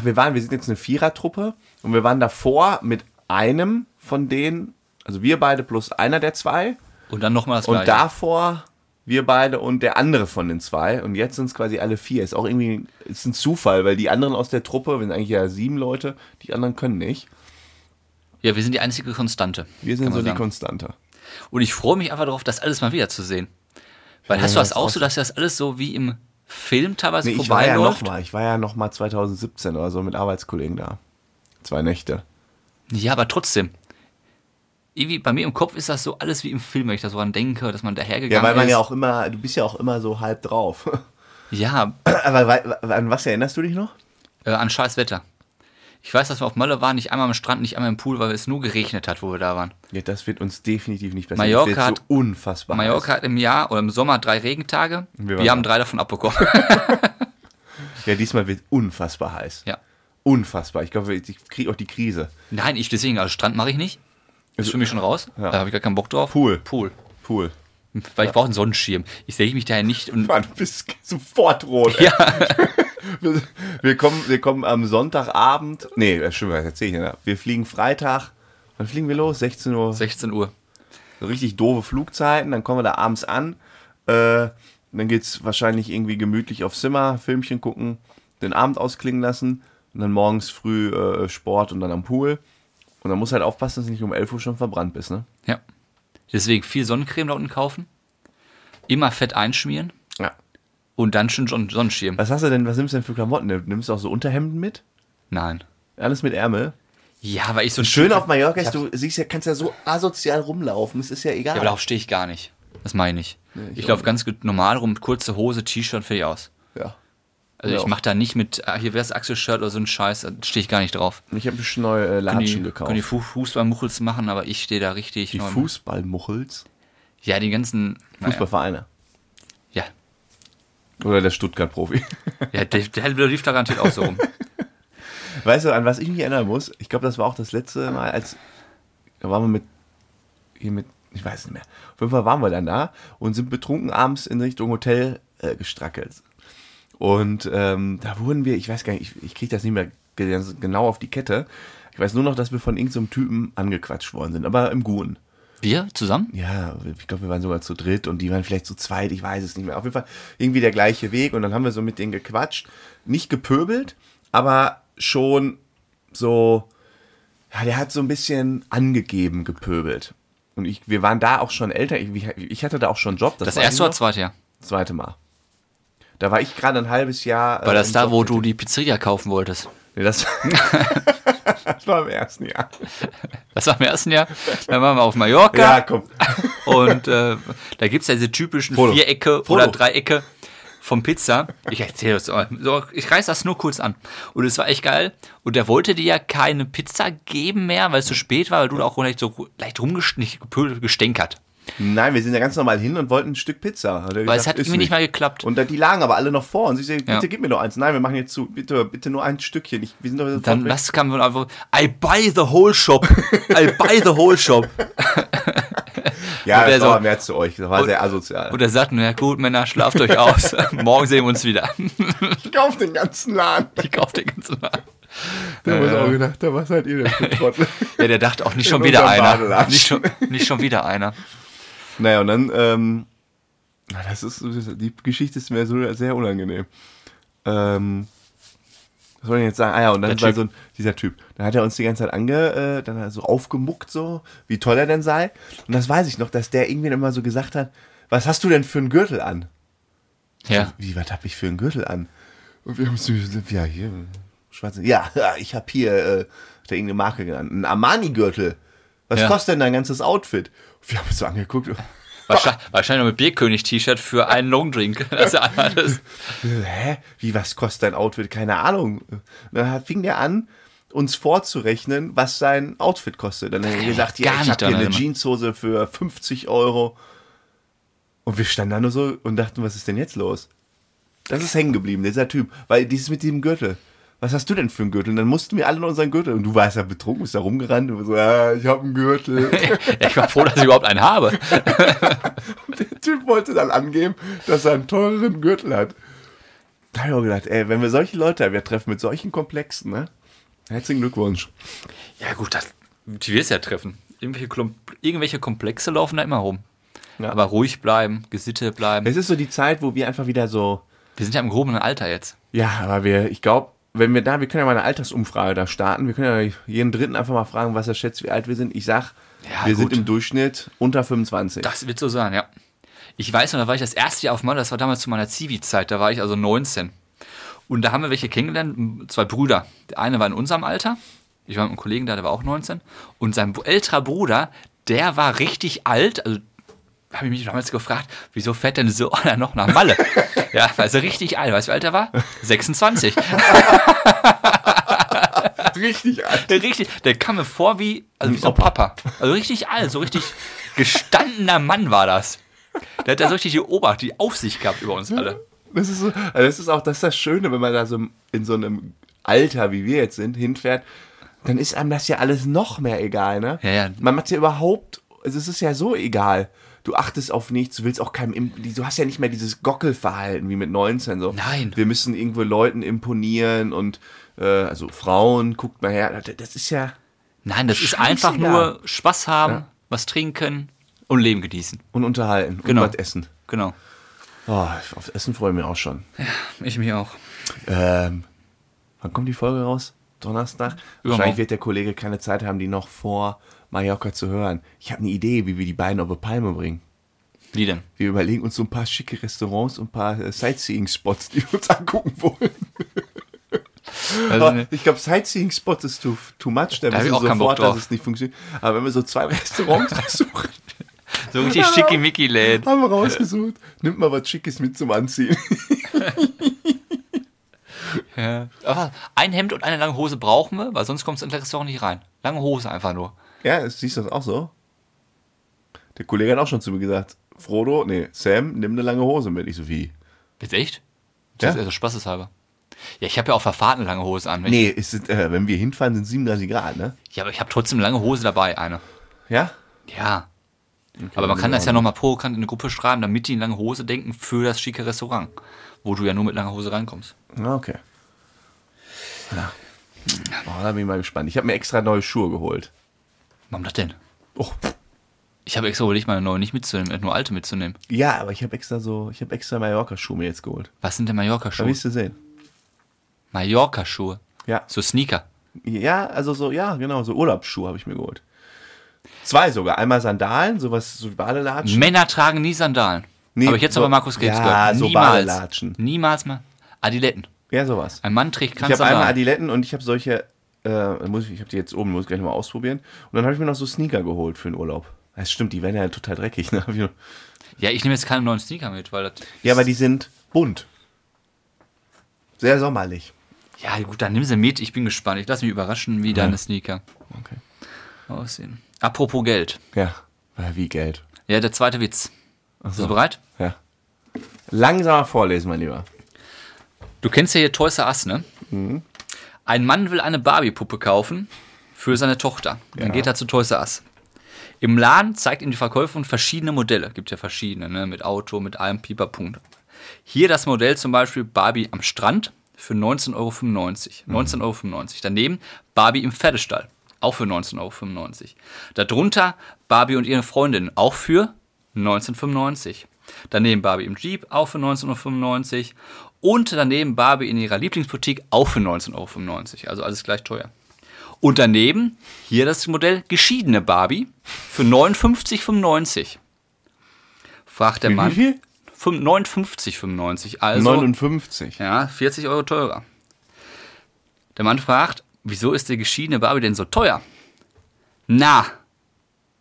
[SPEAKER 1] Ah, wir waren, wir sind jetzt eine Vierertruppe und wir waren davor mit einem von denen, also wir beide plus einer der zwei
[SPEAKER 2] Und dann nochmal das
[SPEAKER 1] und
[SPEAKER 2] Gleiche.
[SPEAKER 1] davor wir beide und der andere von den zwei und jetzt sind es quasi alle vier. Ist auch irgendwie ist ein Zufall, weil die anderen aus der Truppe, wir sind eigentlich ja sieben Leute, die anderen können nicht.
[SPEAKER 2] Ja, wir sind die einzige Konstante.
[SPEAKER 1] Wir sind
[SPEAKER 2] kann
[SPEAKER 1] so
[SPEAKER 2] man
[SPEAKER 1] die
[SPEAKER 2] sagen.
[SPEAKER 1] Konstante.
[SPEAKER 2] Und ich freue mich einfach darauf, das alles mal wieder zu sehen. Weil hast du
[SPEAKER 1] ja,
[SPEAKER 2] das
[SPEAKER 1] das
[SPEAKER 2] auch
[SPEAKER 1] auch
[SPEAKER 2] so, dass das alles so wie im Film teilweise
[SPEAKER 1] Nee, ich war ja
[SPEAKER 2] vorbeiläuft?
[SPEAKER 1] noch mal, ich war ja noch mal 2017 oder so mit Arbeitskollegen da. Zwei Nächte.
[SPEAKER 2] ja, aber trotzdem. Irgendwie bei mir im Kopf ist das so alles wie im Film, wenn ich da so dran denke, dass man dahergegangen
[SPEAKER 1] Ja, weil man
[SPEAKER 2] ist.
[SPEAKER 1] ja auch immer, du bist ja auch immer so halb drauf.
[SPEAKER 2] ja,
[SPEAKER 1] Aber wei- an was erinnerst du dich noch?
[SPEAKER 2] äh, an scheiß Wetter. Ich weiß, dass wir auf Malle waren, nicht einmal am Strand, nicht einmal im Pool, weil es nur geregnet hat, wo wir da waren.
[SPEAKER 1] Ja, das wird uns definitiv nicht passieren.
[SPEAKER 2] Mallorca
[SPEAKER 1] das wird
[SPEAKER 2] hat-
[SPEAKER 1] so unfassbar.
[SPEAKER 2] Mallorca hat im Jahr oder im Sommer drei Regentage.
[SPEAKER 1] Wir
[SPEAKER 2] Wir,
[SPEAKER 1] waren
[SPEAKER 2] haben
[SPEAKER 1] da.
[SPEAKER 2] drei davon abbekommen.
[SPEAKER 1] heiß. Ja, diesmal wird unfassbar heiß.
[SPEAKER 2] ja.
[SPEAKER 1] Unfassbar. Ich glaube, ich kriege auch die Krise.
[SPEAKER 2] Nein, ich deswegen, also Strand mache ich nicht. Ist für mich schon raus.
[SPEAKER 1] Also, Ja.
[SPEAKER 2] Da habe ich gar keinen Bock drauf.
[SPEAKER 1] Pool.
[SPEAKER 2] Pool.
[SPEAKER 1] Pool.
[SPEAKER 2] Weil ich brauche einen Sonnenschirm. Ich sehe mich daher nicht um und
[SPEAKER 1] Mann, du bist sofort rot. ey. Wir, wir, kommen, wir kommen am Sonntagabend. Nee, äh, stimmt, was erzähl ich denn da? Wir fliegen Freitag. Wann fliegen wir los? 16 Uhr.
[SPEAKER 2] 16 Uhr.
[SPEAKER 1] So richtig doofe Flugzeiten, dann kommen wir da abends an. Äh, dann geht's wahrscheinlich irgendwie gemütlich aufs Zimmer, Filmchen gucken, den Abend ausklingen lassen und dann morgens früh äh, Sport und dann am Pool. Und dann muss halt aufpassen, dass du nicht um 11 Uhr schon verbrannt bist, ne?
[SPEAKER 2] Ja. Deswegen viel Sonnencreme da unten kaufen. Immer fett einschmieren
[SPEAKER 1] Ja.
[SPEAKER 2] und dann schon Son- Sonnenschirm.
[SPEAKER 1] Was hast du denn, was nimmst du denn für Klamotten? Nimmst du auch so Unterhemden mit?
[SPEAKER 2] Nein.
[SPEAKER 1] Alles mit Ärmel?
[SPEAKER 2] Ja, weil ich so ein
[SPEAKER 1] Schön auf Mallorca
[SPEAKER 2] Ich
[SPEAKER 1] ist,
[SPEAKER 2] hab-
[SPEAKER 1] du siehst ja, kannst ja so asozial rumlaufen, es ist ja egal.
[SPEAKER 2] Ja, aber darauf stehe ich gar nicht. Das meine ich.
[SPEAKER 1] ich
[SPEAKER 2] ich
[SPEAKER 1] auch
[SPEAKER 2] laufe ganz ge- normal rum, kurze Hose, T-Shirt, fertig aus.
[SPEAKER 1] Ja.
[SPEAKER 2] Also
[SPEAKER 1] Ja.
[SPEAKER 2] ich mache da nicht mit, ah, hier wär's Axel-Shirt oder so ein Scheiß, da stehe ich gar nicht drauf.
[SPEAKER 1] Ich habe schon neue äh,
[SPEAKER 2] Können die,
[SPEAKER 1] Latschen gekauft.
[SPEAKER 2] können die Fu- Fußballmuchels machen, aber ich stehe da richtig.
[SPEAKER 1] die
[SPEAKER 2] neu-
[SPEAKER 1] Fußballmuchels?
[SPEAKER 2] ja, die ganzen. Naja,
[SPEAKER 1] Fußballvereine.
[SPEAKER 2] ja,
[SPEAKER 1] Oder der Stuttgart-Profi.
[SPEAKER 2] ja der, der lief da garantiert auch so rum.
[SPEAKER 1] Weißt du, an was ich mich erinnern muss? Ich glaube, das war auch das letzte Mal, als da waren wir mit hier mit, ich weiß nicht mehr. Auf jeden Fall waren wir dann da und sind betrunken abends in Richtung Hotel äh, gestrackelt. Und ähm, da wurden wir, ich weiß gar nicht, ich, ich kriege das nicht mehr ge- ganz genau auf die Kette. Ich weiß nur noch, dass wir von irgendeinem Typen angequatscht worden sind, aber im Guten.
[SPEAKER 2] Wir zusammen?
[SPEAKER 1] Ja, ich glaube, wir waren sogar zu dritt und die waren vielleicht zu zweit, ich weiß es nicht mehr. Auf jeden Fall irgendwie der gleiche Weg und dann haben wir so mit denen gequatscht. Nicht gepöbelt, aber schon so, ja, der hat so ein bisschen angegeben gepöbelt. Und ich, wir waren da auch schon älter, ich, ich hatte da auch schon einen Job.
[SPEAKER 2] Das
[SPEAKER 1] weiß ich
[SPEAKER 2] erste oder
[SPEAKER 1] noch.
[SPEAKER 2] zweite Jahr?
[SPEAKER 1] zweite Mal. Da war ich gerade ein halbes Jahr. äh,
[SPEAKER 2] War das
[SPEAKER 1] im
[SPEAKER 2] da,
[SPEAKER 1] Job
[SPEAKER 2] wo
[SPEAKER 1] tätig.
[SPEAKER 2] du die Pizzeria kaufen wolltest?
[SPEAKER 1] Nee, das, das war im ersten Jahr.
[SPEAKER 2] Das war im ersten Jahr. Dann waren wir auf Mallorca
[SPEAKER 1] Ja, komm.
[SPEAKER 2] und äh, da gibt es ja diese typischen
[SPEAKER 1] Foto.
[SPEAKER 2] Vierecke
[SPEAKER 1] Foto.
[SPEAKER 2] oder Dreiecke vom Pizza. Ich erzähle das mal. so, ich reiß das nur kurz an. Und es war echt geil. Und der wollte dir ja keine Pizza geben mehr, weil es zu spät war, weil du da auch leicht so ru- leicht rumgestänkert.
[SPEAKER 1] Nein, wir sind ja ganz normal hin und wollten ein Stück Pizza. Hat er
[SPEAKER 2] Weil es
[SPEAKER 1] gesagt,
[SPEAKER 2] hat
[SPEAKER 1] ist
[SPEAKER 2] irgendwie nicht mal geklappt.
[SPEAKER 1] Und da, die lagen aber alle noch vor und sie sagten, bitte
[SPEAKER 2] Ja.
[SPEAKER 1] gib mir doch eins. Nein, wir machen jetzt zu, bitte, bitte nur ein Stückchen. Ich, wir sind doch sofort
[SPEAKER 2] Dann
[SPEAKER 1] weg.
[SPEAKER 2] was kam von einfach, I buy the whole shop. I buy the whole shop.
[SPEAKER 1] ja,
[SPEAKER 2] und der
[SPEAKER 1] das war
[SPEAKER 2] so-
[SPEAKER 1] aber mehr zu euch. Das war sehr asozial.
[SPEAKER 2] Und er sagt nur, ja gut, Männer, schlaft euch aus. Morgen sehen wir uns wieder.
[SPEAKER 1] ich kauf den ganzen Laden.
[SPEAKER 2] Ich kaufe den ganzen Laden.
[SPEAKER 1] Da muss auch gedacht, da was seid ihr denn für Trottel?
[SPEAKER 2] Ja, der dachte auch nicht
[SPEAKER 1] In
[SPEAKER 2] schon wieder
[SPEAKER 1] unserem
[SPEAKER 2] einer.
[SPEAKER 1] Badelatschen.
[SPEAKER 2] Nicht schon, nicht schon wieder einer.
[SPEAKER 1] naja, und dann, ähm, na, das ist, die Geschichte ist mir so sehr unangenehm. Ähm, was soll ich jetzt sagen? Ah ja, und dann
[SPEAKER 2] Der
[SPEAKER 1] war
[SPEAKER 2] Typ.
[SPEAKER 1] so ein, dieser Typ. Dann hat er uns die ganze Zeit ange, äh, dann hat er so aufgemuckt, so, wie toll er denn sei. Und das weiß ich noch, dass der irgendwann immer so gesagt hat, was hast du denn für einen Gürtel an?
[SPEAKER 2] Ja.
[SPEAKER 1] Wie, was hab ich für einen Gürtel an? Und wir haben so, ja, hier, schwarze, ja, ja, ich hab hier, äh, hat er irgendeine Marke genannt, einen Armani-Gürtel. Was
[SPEAKER 2] Ja.
[SPEAKER 1] kostet denn dein ganzes Outfit? Und wir haben uns so angeguckt,
[SPEAKER 2] Wahrscheinlich, wahrscheinlich noch mit Bierkönig-T-Shirt für einen Longdrink. Also einmal das.
[SPEAKER 1] hä, wie, was kostet dein Outfit? Keine Ahnung. Dann fing der an, uns vorzurechnen, was sein Outfit kostet. Dann hat er gesagt, ja, ich
[SPEAKER 2] gar nicht
[SPEAKER 1] habe hier eine
[SPEAKER 2] daran
[SPEAKER 1] Jeanshose für 50 Euro. Und wir standen da nur so und dachten, was ist denn jetzt los? Das ist hängen geblieben, dieser Typ. Weil dieses mit diesem Gürtel. Was hast du denn für einen Gürtel? Und dann mussten wir alle noch unseren Gürtel. Und du warst ja betrunken, bist da rumgerannt und so, ah, ich habe einen Gürtel.
[SPEAKER 2] Ja, ich war froh, dass ich überhaupt einen habe.
[SPEAKER 1] Der Typ wollte dann angeben, dass er einen teureren Gürtel hat. Da habe ich auch gedacht, ey, wenn wir solche Leute wieder treffen mit solchen Komplexen, ne? Herzlichen Glückwunsch.
[SPEAKER 2] Ja, gut, das, die wirst du ja treffen. Irgendwelche, Klum- irgendwelche Komplexe laufen da immer rum.
[SPEAKER 1] Ja. Äh,
[SPEAKER 2] Aber ruhig bleiben, gesittet bleiben.
[SPEAKER 1] Es ist so die Zeit, wo wir einfach wieder so,
[SPEAKER 2] Wir sind ja im gehobenen Alter jetzt.
[SPEAKER 1] ja, aber wir, ich glaube, wenn wir da, wir können ja mal eine Altersumfrage da starten. Wir können ja jeden Dritten einfach mal fragen, was er schätzt, wie alt wir sind. Ich sag,
[SPEAKER 2] Ja,
[SPEAKER 1] wir
[SPEAKER 2] gut.
[SPEAKER 1] sind im Durchschnitt unter 25.
[SPEAKER 2] Das wird so sein, ja. Ich weiß noch, da war ich das erste Jahr auf Malle, das war damals zu meiner Zivi-Zeit, da war ich also 19. Und da haben wir welche kennengelernt, m, zwei Brüder. Der eine war in unserem Alter, ich war mit einem Kollegen da, der war auch 19. Und sein bu- älterer Bruder, der war richtig alt, also habe ich mich damals gefragt, wieso fährt denn so einer noch nach Malle? ja, weil so richtig alt, weißt du, wie alt er war? 26.
[SPEAKER 1] richtig alt.
[SPEAKER 2] Der Äh, richtig, der kam mir vor wie, also wie so ein Papa. Also richtig alt, so richtig gestandener Mann war das. Der hat da so richtig die Obacht, die Aufsicht gehabt über uns alle.
[SPEAKER 1] Das ist, so, also das ist auch das, ist das Schöne, wenn man da so in so einem Alter, wie wir jetzt sind, hinfährt, dann ist einem das ja alles noch mehr egal, ne?
[SPEAKER 2] Ja, ja.
[SPEAKER 1] Man macht ja überhaupt, also es ist ja so egal. Du achtest auf nichts, du willst auch keinem, imp- du hast ja nicht mehr dieses Gockelverhalten wie mit 19 so.
[SPEAKER 2] Nein.
[SPEAKER 1] Wir müssen irgendwo Leuten imponieren und, äh, also Frauen, guckt mal her, das- das ist ja,
[SPEAKER 2] Nein, das ist einfach
[SPEAKER 1] Scheißegal.
[SPEAKER 2] nur Spaß haben, was trinken und Leben genießen.
[SPEAKER 1] und unterhalten
[SPEAKER 2] Genau.
[SPEAKER 1] und was essen.
[SPEAKER 2] Genau.
[SPEAKER 1] Oh, auf Essen freue ich mich auch schon.
[SPEAKER 2] Ich mich auch.
[SPEAKER 1] Ähm, wann kommt die Folge raus? Donnerstag? Wahrscheinlich wird der Kollege keine Zeit haben, die noch vor Mallorca zu hören. Ich habe eine Idee, wie wir die beiden auf die Palme bringen.
[SPEAKER 2] Wie denn?
[SPEAKER 1] Wir überlegen uns so ein paar schicke Restaurants und ein paar äh, Sightseeing-Spots, die wir uns angucken wollen.
[SPEAKER 2] Also,
[SPEAKER 1] Aber
[SPEAKER 2] ne,
[SPEAKER 1] ich glaube, Sightseeing-Spots ist too, too much. Da,
[SPEAKER 2] hab
[SPEAKER 1] wissen
[SPEAKER 2] ich auch
[SPEAKER 1] wir
[SPEAKER 2] keinen Bock
[SPEAKER 1] sofort, dass
[SPEAKER 2] drauf.
[SPEAKER 1] es nicht funktioniert. Aber wenn wir so zwei Restaurants raussuchen,
[SPEAKER 2] so richtig schickimicki-Läden.
[SPEAKER 1] haben wir rausgesucht, nimmt mal was Schickes mit zum Anziehen.
[SPEAKER 2] Ja. Aber ein Hemd und eine lange Hose brauchen wir, weil sonst kommst du in das Restaurant nicht rein. Lange Hose einfach nur.
[SPEAKER 1] Ja, das- siehst du das auch so? Der Kollege hat auch schon zu mir gesagt, Frodo, nee, Sam, nimm eine lange Hose mit. Ich so, wie?
[SPEAKER 2] Jetzt echt?
[SPEAKER 1] Ja.
[SPEAKER 2] Das ist also spaßeshalber. Ja, ich habe ja auch Verfahren lange Hose an. wenn
[SPEAKER 1] Nee, es sind, äh, wenn wir hinfahren, sind 37 Grad, ne?
[SPEAKER 2] Ja, aber ich habe trotzdem lange Hose dabei, eine.
[SPEAKER 1] Ja?
[SPEAKER 2] Ja. aber man kann das ja nochmal provokant in eine Gruppe schreiben, damit die in lange Hose denken für das schicke Restaurant, wo du ja nur mit langer Hose reinkommst.
[SPEAKER 1] Ah, okay. Ja. Oh, da bin ich mal gespannt. Ich habe mir extra neue Schuhe geholt.
[SPEAKER 2] Warum das denn?
[SPEAKER 1] Oh.
[SPEAKER 2] Ich habe extra überlegt, meine neue nicht mitzunehmen, äh, nur alte mitzunehmen.
[SPEAKER 1] Ja, aber ich habe extra so, ich habe extra Mallorca-Schuhe mir jetzt geholt.
[SPEAKER 2] Was sind denn
[SPEAKER 1] Da
[SPEAKER 2] Mallorca-Schuhe?
[SPEAKER 1] wirst du sehen.
[SPEAKER 2] Mallorca-Schuhe.
[SPEAKER 1] Ja.
[SPEAKER 2] So Sneaker.
[SPEAKER 1] Ja, also so, ja, genau, so Urlaubsschuhe habe ich mir geholt. Zwei sogar. Einmal Sandalen, sowas, so Badelatschen.
[SPEAKER 2] Männer tragen nie Sandalen.
[SPEAKER 1] Nee,
[SPEAKER 2] habe ich jetzt
[SPEAKER 1] so-
[SPEAKER 2] aber Markus Krebs
[SPEAKER 1] ja,
[SPEAKER 2] gehört.
[SPEAKER 1] so
[SPEAKER 2] Niemals.
[SPEAKER 1] Badelatschen.
[SPEAKER 2] Niemals mal. Adiletten.
[SPEAKER 1] Ja, sowas.
[SPEAKER 2] Ein Mann trägt
[SPEAKER 1] Ich
[SPEAKER 2] keine
[SPEAKER 1] habe einmal
[SPEAKER 2] Sandalen.
[SPEAKER 1] Adiletten und ich habe solche, äh, muss ich, ich habe die jetzt oben, muss ich gleich nochmal ausprobieren. Und dann habe ich mir noch so Sneaker geholt für den Urlaub. Das stimmt, die werden ja total dreckig. Ne? Hab ich nur-
[SPEAKER 2] Ja, ich nehme jetzt keine neuen Sneaker mit, weil das.
[SPEAKER 1] Ja, aber die sind bunt. Sehr sommerlich.
[SPEAKER 2] Ja, gut, dann nimm sie mit. Ich bin gespannt. Ich lasse mich überraschen, wie deine Sneaker
[SPEAKER 1] Okay.
[SPEAKER 2] aussehen. Apropos Geld.
[SPEAKER 1] Ja, Äh, wie Geld.
[SPEAKER 2] Ja, der zweite Witz. Bist du bereit?
[SPEAKER 1] Ja. Langsamer vorlesen, mein Lieber.
[SPEAKER 2] Du kennst ja hier Toys R Us, ne? Ein Mann will eine Barbie-Puppe kaufen für seine Tochter. Dann geht er zu Toys R Us. Im Laden zeigt ihm die Verkäuferin verschiedene Modelle. Gibt ja verschiedene, ne? Mit Auto, mit allem Pieperpunkt. Hier das Modell zum Beispiel Barbie am Strand für 19,95 Euro. 19,95 Euro. Daneben Barbie im Pferdestall, auch für 19,95 Euro. Darunter Barbie und ihre Freundin, auch für 19,95 Euro. Daneben Barbie im Jeep, auch für 19,95 Euro. Und daneben Barbie in ihrer Lieblingsboutique, auch für 19,95 Euro. Also alles gleich teuer. Und daneben hier das Modell geschiedene Barbie für 59,95 Euro. Fragt der Mann. 5- 59,95. Also
[SPEAKER 1] 59.
[SPEAKER 2] ja, 40 Euro teurer. Der Mann fragt, wieso ist der geschiedene Barbie denn so teuer? Na,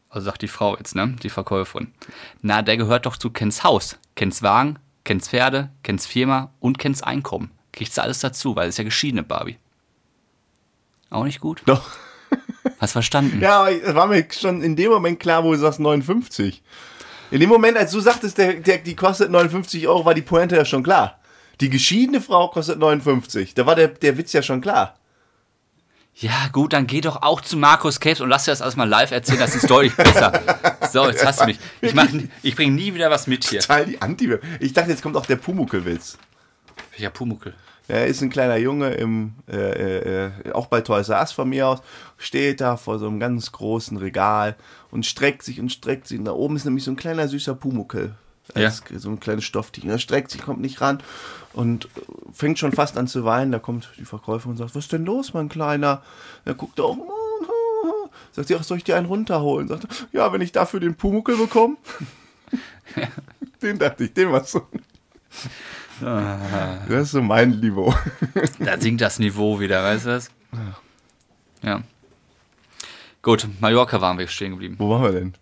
[SPEAKER 2] also sagt die Frau jetzt, ne, die Verkäuferin, na, der gehört doch zu Kens Haus, Kens Wagen, Kens Pferde, Kens Firma und Kens Einkommen. Kriegst du alles dazu, weil es ist ja geschiedene Barbie. Auch nicht gut?
[SPEAKER 1] Doch.
[SPEAKER 2] Hast verstanden?
[SPEAKER 1] Ja, aber es war mir schon in dem Moment klar, wo du sagst 59. In dem Moment, als du sagtest, der, der, die kostet 59 Euro, war die Pointe ja schon klar. Die geschiedene Frau kostet 59. Da war der, der Witz ja schon klar.
[SPEAKER 2] Ja, gut, dann geh doch auch zu Markus Krebs und lass dir das alles mal live erzählen, das ist deutlich besser. So, jetzt hast du mich. Ich, mach, ich bringe nie wieder was mit hier.
[SPEAKER 1] Teil die anti Ich dachte, jetzt kommt auch der Pumuckel-Witz.
[SPEAKER 2] Welcher Pumuckel?
[SPEAKER 1] Er ist ein kleiner Junge, im, äh, äh, äh, auch bei Toys R Us von mir aus, steht da vor so einem ganz großen Regal und streckt sich und streckt sich. Und da oben ist nämlich so ein kleiner süßer Pumuckel. Als So ein kleines Stofftier. Er streckt sich, kommt nicht ran und äh, fängt schon fast an zu weinen. Da kommt die Verkäuferin und sagt, was ist denn los, mein Kleiner? Dann guckt er auch, sagt sie, ach, soll ich dir einen runterholen? Sagt er, ja, wenn ich dafür den Pumuckel bekomme. den dachte ich, den war's so. Das ist so mein Niveau.
[SPEAKER 2] Da sinkt das Niveau wieder, weißt du was? Ja. Gut, Mallorca waren wir stehen geblieben.
[SPEAKER 1] Wo waren wir denn?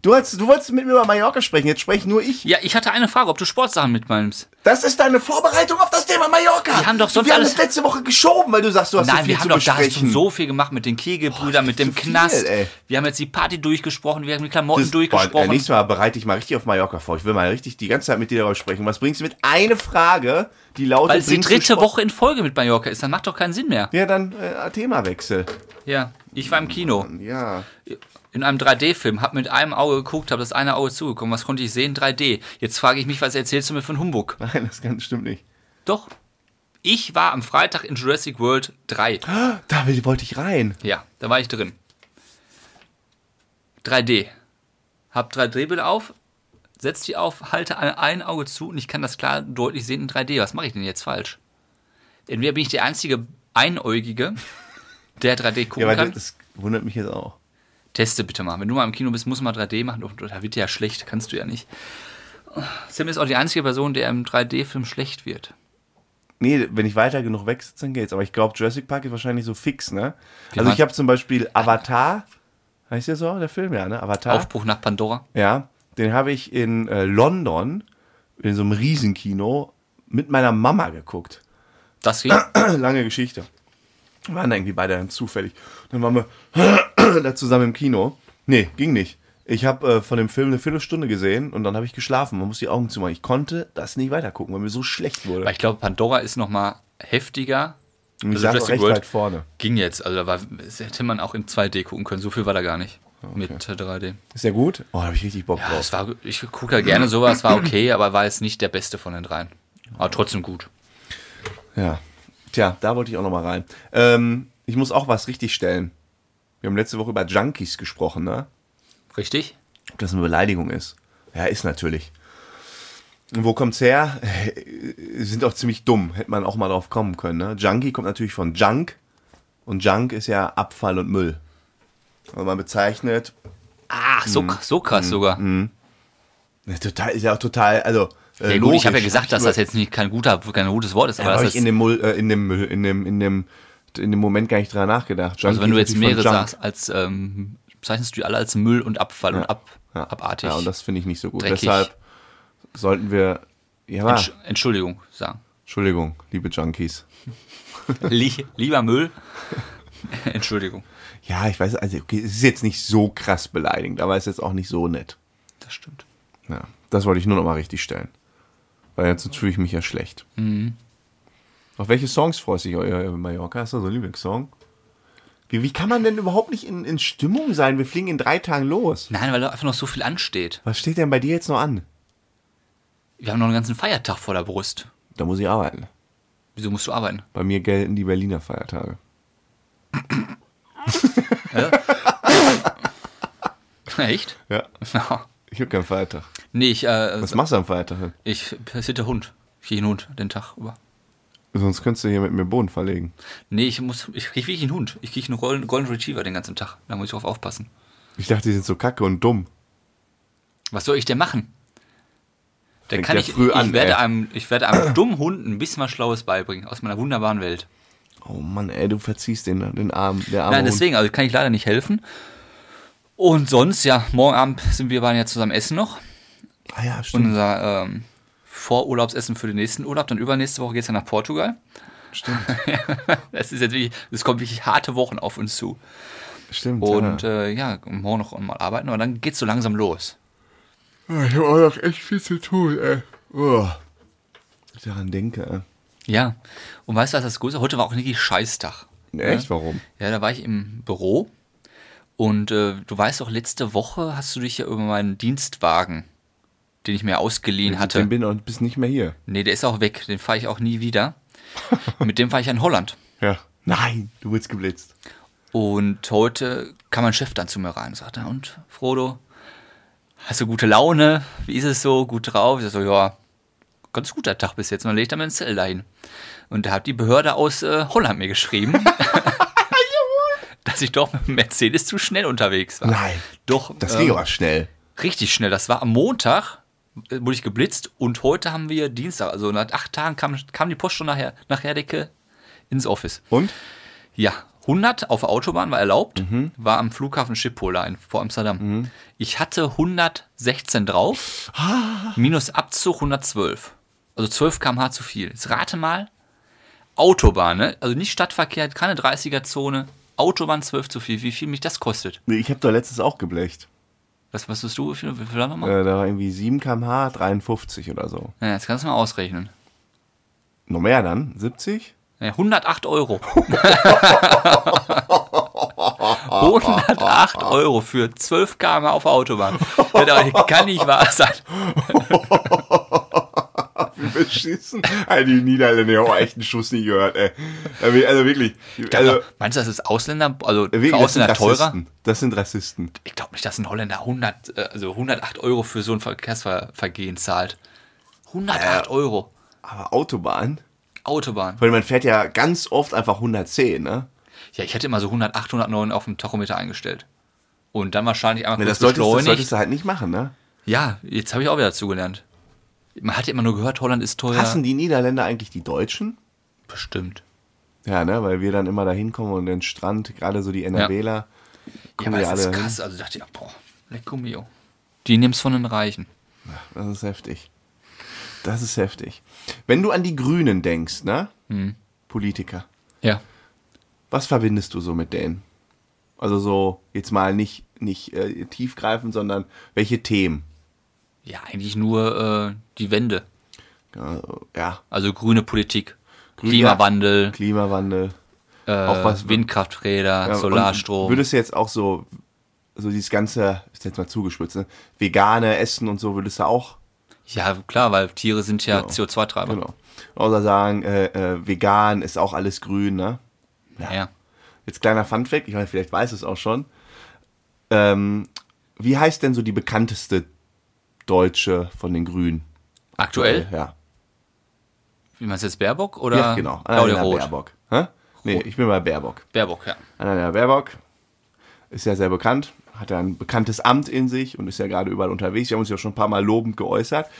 [SPEAKER 1] Du, hast, du wolltest mit mir über Mallorca sprechen, jetzt spreche nur ich.
[SPEAKER 2] Ja, ich hatte eine Frage, ob du Sportsachen mitmeinst.
[SPEAKER 1] Das ist deine Vorbereitung auf das Thema Mallorca.
[SPEAKER 2] Wir haben doch sonst
[SPEAKER 1] wir haben
[SPEAKER 2] alles-
[SPEAKER 1] das letzte Woche geschoben, weil du sagst, du hast so
[SPEAKER 2] Nein,
[SPEAKER 1] viel
[SPEAKER 2] wir haben
[SPEAKER 1] zu
[SPEAKER 2] doch da hast du
[SPEAKER 1] besprechen.
[SPEAKER 2] so viel gemacht mit den Kegelbrüdern, mit dem
[SPEAKER 1] zu viel,
[SPEAKER 2] Knast.
[SPEAKER 1] ey.
[SPEAKER 2] wir haben jetzt die Party durchgesprochen, wir haben die Klamotten
[SPEAKER 1] Das- Boah, ey,
[SPEAKER 2] durchgesprochen.
[SPEAKER 1] nächstes Mal bereite ich mal richtig auf Mallorca vor. Ich will mal richtig die ganze Zeit mit dir darüber sprechen. Was bringst du mit? Eine Frage, die lautet...
[SPEAKER 2] Weil es die
[SPEAKER 1] bringst du
[SPEAKER 2] dritte
[SPEAKER 1] Sport-
[SPEAKER 2] Woche in Folge mit Mallorca ist, dann macht doch keinen Sinn mehr.
[SPEAKER 1] Ja, dann äh, Themawechsel.
[SPEAKER 2] Ja, ich war im Kino,
[SPEAKER 1] Ja.
[SPEAKER 2] in einem 3D-Film, hab mit einem Auge geguckt, hab das eine Auge zugekommen. Was konnte ich sehen? 3D. Jetzt frage ich mich, was erzählst du mir von Humbug?
[SPEAKER 1] Nein, das kann, stimmt nicht.
[SPEAKER 2] Doch. Ich war am Freitag in Jurassic World 3.
[SPEAKER 1] Da will, wollte ich rein.
[SPEAKER 2] Ja, da war ich drin. 3D. Hab 3D-Bilder auf, setz die auf, halte ein- ein Auge zu und ich kann das klar und deutlich sehen in 3D. Was mache ich denn jetzt falsch? Entweder bin ich der einzige Einäugige, der 3D gucken
[SPEAKER 1] Ja, aber das,
[SPEAKER 2] kann.
[SPEAKER 1] das wundert mich jetzt auch.
[SPEAKER 2] Teste bitte mal. Wenn du mal im Kino bist, muss mal 3D machen. Oh, Da wird dir ja schlecht, kannst du ja nicht. Sim ist auch die einzige Person, der im 3D-Film schlecht wird.
[SPEAKER 1] Nee, wenn ich weiter genug weg sitze, dann geht's. Aber ich glaube, Jurassic Park ist wahrscheinlich so fix, ne? also
[SPEAKER 2] waren-
[SPEAKER 1] ich habe zum Beispiel Avatar, heißt ja so, der Film, ja, ne? Avatar.
[SPEAKER 2] Aufbruch nach Pandora.
[SPEAKER 1] Ja, den habe ich in äh, London, in so einem Riesenkino, mit meiner Mama geguckt.
[SPEAKER 2] Das geht.
[SPEAKER 1] Lange Geschichte. Wir waren da irgendwie beide dann zufällig. Dann waren wir da zusammen im Kino. Nee, ging nicht. Ich habe äh, von dem Film eine Viertelstunde gesehen und dann habe ich geschlafen. Man muss die Augen zumachen. Ich konnte das nicht weitergucken, weil mir so schlecht wurde.
[SPEAKER 2] Weil ich glaube, Pandora ist noch mal heftiger.
[SPEAKER 1] Und ich
[SPEAKER 2] Also
[SPEAKER 1] saß auch
[SPEAKER 2] Jurassic
[SPEAKER 1] recht
[SPEAKER 2] World
[SPEAKER 1] weit vorne.
[SPEAKER 2] Ging jetzt. Also da war, das hätte man auch in 2D gucken können. So viel war da gar nicht mit äh, 3D.
[SPEAKER 1] Ist ja gut? Oh, da habe ich richtig Bock
[SPEAKER 2] Ja,
[SPEAKER 1] drauf.
[SPEAKER 2] Ah, es war, ich gucke ja gerne sowas, war okay, aber war jetzt nicht der beste von den dreien. Aber trotzdem gut.
[SPEAKER 1] Ja. Tja, da wollte ich auch nochmal rein. Ähm, ich muss auch was richtig stellen. Wir haben letzte Woche über Junkies gesprochen, ne?
[SPEAKER 2] Richtig?
[SPEAKER 1] Ob das eine Beleidigung ist. Ja, ist natürlich. Und wo kommt's her? Äh, Sind auch ziemlich dumm. Hätte man auch mal drauf kommen können, ne? Junkie kommt natürlich von Junk. Und Junk ist ja Abfall und Müll. Also man bezeichnet.
[SPEAKER 2] Ach, Ah, so,
[SPEAKER 1] Hm.
[SPEAKER 2] krass- so krass sogar.
[SPEAKER 1] Ja, ne, Total, ist ja auch total, also. äh,
[SPEAKER 2] ja, gut, ich
[SPEAKER 1] logisch.
[SPEAKER 2] habe ja gesagt, dass
[SPEAKER 1] Nur-
[SPEAKER 2] das jetzt nicht kein, guter, kein gutes Wort ist. Aber
[SPEAKER 1] Da
[SPEAKER 2] das
[SPEAKER 1] habe
[SPEAKER 2] ist,
[SPEAKER 1] ich in dem, Mull, äh, in dem Müll, in dem, in dem, in dem Moment gar nicht dran nachgedacht.
[SPEAKER 2] also wenn du jetzt mehrere
[SPEAKER 1] sagst.
[SPEAKER 2] sagst, als, ähm, bezeichnest du die alle als Müll und Abfall und ab, abartig.
[SPEAKER 1] Ja, und das finde ich nicht so gut.
[SPEAKER 2] Dreckig.
[SPEAKER 1] Deshalb sollten wir. Ja, wa-
[SPEAKER 2] Entsch- Entschuldigung sagen.
[SPEAKER 1] Entschuldigung, liebe Junkies.
[SPEAKER 2] Lie- Lieber Müll. Entschuldigung.
[SPEAKER 1] Ja, ich weiß, also okay, es ist jetzt nicht so krass beleidigend, aber es ist jetzt auch nicht so nett.
[SPEAKER 2] Das stimmt.
[SPEAKER 1] Ja, das wollte ich nur noch mal richtig stellen. Weil sonst fühle ich mich ja schlecht.
[SPEAKER 2] Mhm.
[SPEAKER 1] Auf welche Songs freust du dich äh, in Mallorca? Hast du so einen Lieblingssong? Wie, wie kann man denn überhaupt nicht in, in Stimmung sein? Wir fliegen in drei Tagen los.
[SPEAKER 2] Nein, weil da einfach noch so viel ansteht.
[SPEAKER 1] Was steht denn bei dir jetzt noch an?
[SPEAKER 2] Wir haben noch einen ganzen Feiertag vor der Brust.
[SPEAKER 1] Da muss ich arbeiten.
[SPEAKER 2] Wieso musst du arbeiten?
[SPEAKER 1] Bei mir gelten die Berliner Feiertage.
[SPEAKER 2] Echt?
[SPEAKER 1] Ja, ich habe keinen Feiertag.
[SPEAKER 2] nee, ich, äh,
[SPEAKER 1] Was machst du am Feiertag? denn?
[SPEAKER 2] ich passiert der Hund. Ich gehe Hund den Tag über.
[SPEAKER 1] Sonst könntest du hier mit mir Boden verlegen.
[SPEAKER 2] Nee, ich muss, ich krieg wirklich einen Hund. Ich krieg einen Golden, Golden Retriever den ganzen Tag. Da muss ich drauf aufpassen.
[SPEAKER 1] Ich dachte, die sind so kacke und dumm.
[SPEAKER 2] Was soll ich denn machen? Dann
[SPEAKER 1] Fängt
[SPEAKER 2] kann
[SPEAKER 1] ja
[SPEAKER 2] ich,
[SPEAKER 1] früh
[SPEAKER 2] ich,
[SPEAKER 1] an, ey.
[SPEAKER 2] werde einem, ich werde einem dummen Hund ein bisschen was Schlaues beibringen aus meiner wunderbaren Welt.
[SPEAKER 1] Oh Mann, ey, du verziehst den, den Arm. Der arme
[SPEAKER 2] Nein,
[SPEAKER 1] Hund.
[SPEAKER 2] deswegen, also kann ich leider nicht helfen. Und sonst, ja, morgen Abend sind wir beiden ja zusammen essen noch.
[SPEAKER 1] Ah ja, stimmt.
[SPEAKER 2] Unser ähm, Vorurlaubsessen für den nächsten Urlaub. Dann übernächste Woche geht es ja nach Portugal.
[SPEAKER 1] Stimmt.
[SPEAKER 2] Das ist jetzt wirklich, es kommen wirklich harte Wochen auf uns zu.
[SPEAKER 1] Stimmt.
[SPEAKER 2] Und
[SPEAKER 1] ja.
[SPEAKER 2] äh, ja, morgen noch mal arbeiten, aber dann geht's so langsam los.
[SPEAKER 1] Ah, ich habe auch noch echt viel zu tun, ey. Oh. Ich daran denke, äh,
[SPEAKER 2] Ja. Und weißt du, was das Größte? Heute war auch wirklich Scheißtag. ne?
[SPEAKER 1] ey. Echt? Warum?
[SPEAKER 2] Ja, da war ich im Büro und äh, du weißt doch, letzte Woche hast du dich ja über meinen Dienstwagen, den ich mir ausgeliehen
[SPEAKER 1] Ich
[SPEAKER 2] hatte.
[SPEAKER 1] bin und bist nicht mehr hier.
[SPEAKER 2] Nee, der ist auch weg, den fahre ich auch nie wieder. Mit dem fahre ich in Holland.
[SPEAKER 1] Ja. Nein, du wurdest geblitzt.
[SPEAKER 2] Und heute kam mein Chef dann zu mir rein und sagte, und Frodo, hast du gute Laune? Wie ist es so? Gut drauf? Ich sag so, ja, ganz guter Tag bis jetzt. Und dann lege ich dann mein Zell dahin. Und da hat die Behörde aus äh, Holland mir geschrieben, dass ich doch mit dem Mercedes zu schnell unterwegs war.
[SPEAKER 1] Nein.
[SPEAKER 2] Doch,
[SPEAKER 1] Das
[SPEAKER 2] ähm,
[SPEAKER 1] ging aber schnell.
[SPEAKER 2] richtig schnell. Das war am Montag, äh, wurde ich geblitzt und heute haben wir Dienstag. Also nach acht Tagen kam, kam die Post schon nachher, nach Herdecke ins Office.
[SPEAKER 1] Und?
[SPEAKER 2] Ja, 100 auf der Autobahn war erlaubt, war am Flughafen Schiphol in, vor Amsterdam. Ich hatte 116 drauf, minus Abzug 112. Also 12 km/h zu viel. Jetzt rate mal, Autobahn, ne? also nicht Stadtverkehr, keine 30er-Zone, Autobahn 12 zu viel, wie viel mich das kostet.
[SPEAKER 1] Nee, ich habe doch letztes auch geblecht.
[SPEAKER 2] Was was tust du, wie viel, wie viel haben wir mal?
[SPEAKER 1] Äh, da war irgendwie 7 km/h, 53 oder so.
[SPEAKER 2] Ja, jetzt kannst du mal ausrechnen.
[SPEAKER 1] Noch mehr dann? 70?
[SPEAKER 2] Ja, 108 Euro. 108 Euro für 12 km auf der Autobahn. Das kann nicht wahr sein.
[SPEAKER 1] Beschissen. Alter, die Niederländer haben auch echt einen Schuss nie gehört, ey. Also wirklich. Also,
[SPEAKER 2] Meinst du, das ist Ausländer, also
[SPEAKER 1] wirklich
[SPEAKER 2] für
[SPEAKER 1] das sind
[SPEAKER 2] Ausländer teurer?
[SPEAKER 1] Rassisten. Das sind Rassisten.
[SPEAKER 2] Ich glaube nicht, dass ein Holländer 100, äh, also 108 Euro für so ein Verkehrsvergehen zahlt. 108 Euro.
[SPEAKER 1] Aber Autobahn?
[SPEAKER 2] Autobahn.
[SPEAKER 1] Weil man fährt ja ganz oft einfach 110, ne?
[SPEAKER 2] Ja, ich hätte immer so 108, 109 auf dem Tachometer eingestellt. Und dann wahrscheinlich einfach
[SPEAKER 1] Ja, das,
[SPEAKER 2] kurz
[SPEAKER 1] solltest, das
[SPEAKER 2] beschleunigt.
[SPEAKER 1] solltest du halt nicht machen, ne?
[SPEAKER 2] Ja, jetzt habe ich auch wieder dazugelernt. Man hat ja immer nur gehört, Holland ist teuer.
[SPEAKER 1] Hassen die Niederländer eigentlich die Deutschen?
[SPEAKER 2] Bestimmt.
[SPEAKER 1] Ja, ne? Weil wir dann immer da hinkommen und den Strand, gerade so die NRWler,
[SPEAKER 2] Ja,
[SPEAKER 1] kommen
[SPEAKER 2] aber
[SPEAKER 1] ja,
[SPEAKER 2] das
[SPEAKER 1] alle
[SPEAKER 2] ist
[SPEAKER 1] hin.
[SPEAKER 2] krass. Also dachte ich, boah, lecko mio. Die nimmst von den Reichen.
[SPEAKER 1] Das ist heftig. Das ist heftig. Wenn du an die Grünen denkst, ne? Politiker.
[SPEAKER 2] Ja.
[SPEAKER 1] Was verbindest du so mit denen? Also so, jetzt mal nicht, nicht äh, tiefgreifend, sondern welche Themen?
[SPEAKER 2] Ja, eigentlich nur äh, die Wende.
[SPEAKER 1] Ja, Äh, ja,
[SPEAKER 2] Also grüne Politik.
[SPEAKER 1] Grün-
[SPEAKER 2] Klimawandel,
[SPEAKER 1] Klimawandel,
[SPEAKER 2] äh,
[SPEAKER 1] auch was-
[SPEAKER 2] Windkrafträder,
[SPEAKER 1] Ja, und
[SPEAKER 2] Solarstrom.
[SPEAKER 1] Würdest du jetzt auch so, so dieses ganze, ist jetzt mal zugespitzt, ne? vegane Essen und so, würdest du auch,
[SPEAKER 2] ja, klar, weil Tiere sind ja CO2-Treiber.
[SPEAKER 1] genau. Außer sagen, äh, äh, vegan ist auch alles grün, ne?
[SPEAKER 2] Ja. Ja.
[SPEAKER 1] Jetzt kleiner Funfact, ich meine, vielleicht weiß es auch schon. Ähm, wie heißt denn so die bekannteste Deutsche von den Grünen? Äh,
[SPEAKER 2] Aktuell,
[SPEAKER 1] Ja.
[SPEAKER 2] wie man es jetzt, Baerbock oder
[SPEAKER 1] ja, genau.
[SPEAKER 2] Ah, Claudia
[SPEAKER 1] Annalena
[SPEAKER 2] Roth? Baerbock.
[SPEAKER 1] Baerbock. Hä? Nee,
[SPEAKER 2] Roth.
[SPEAKER 1] ich bin bei Baerbock.
[SPEAKER 2] ja.
[SPEAKER 1] Annalena Baerbock ist ja sehr bekannt, hat ja ein bekanntes Amt in sich und ist ja gerade überall unterwegs. Wir haben uns ja schon ein paar Mal lobend geäußert.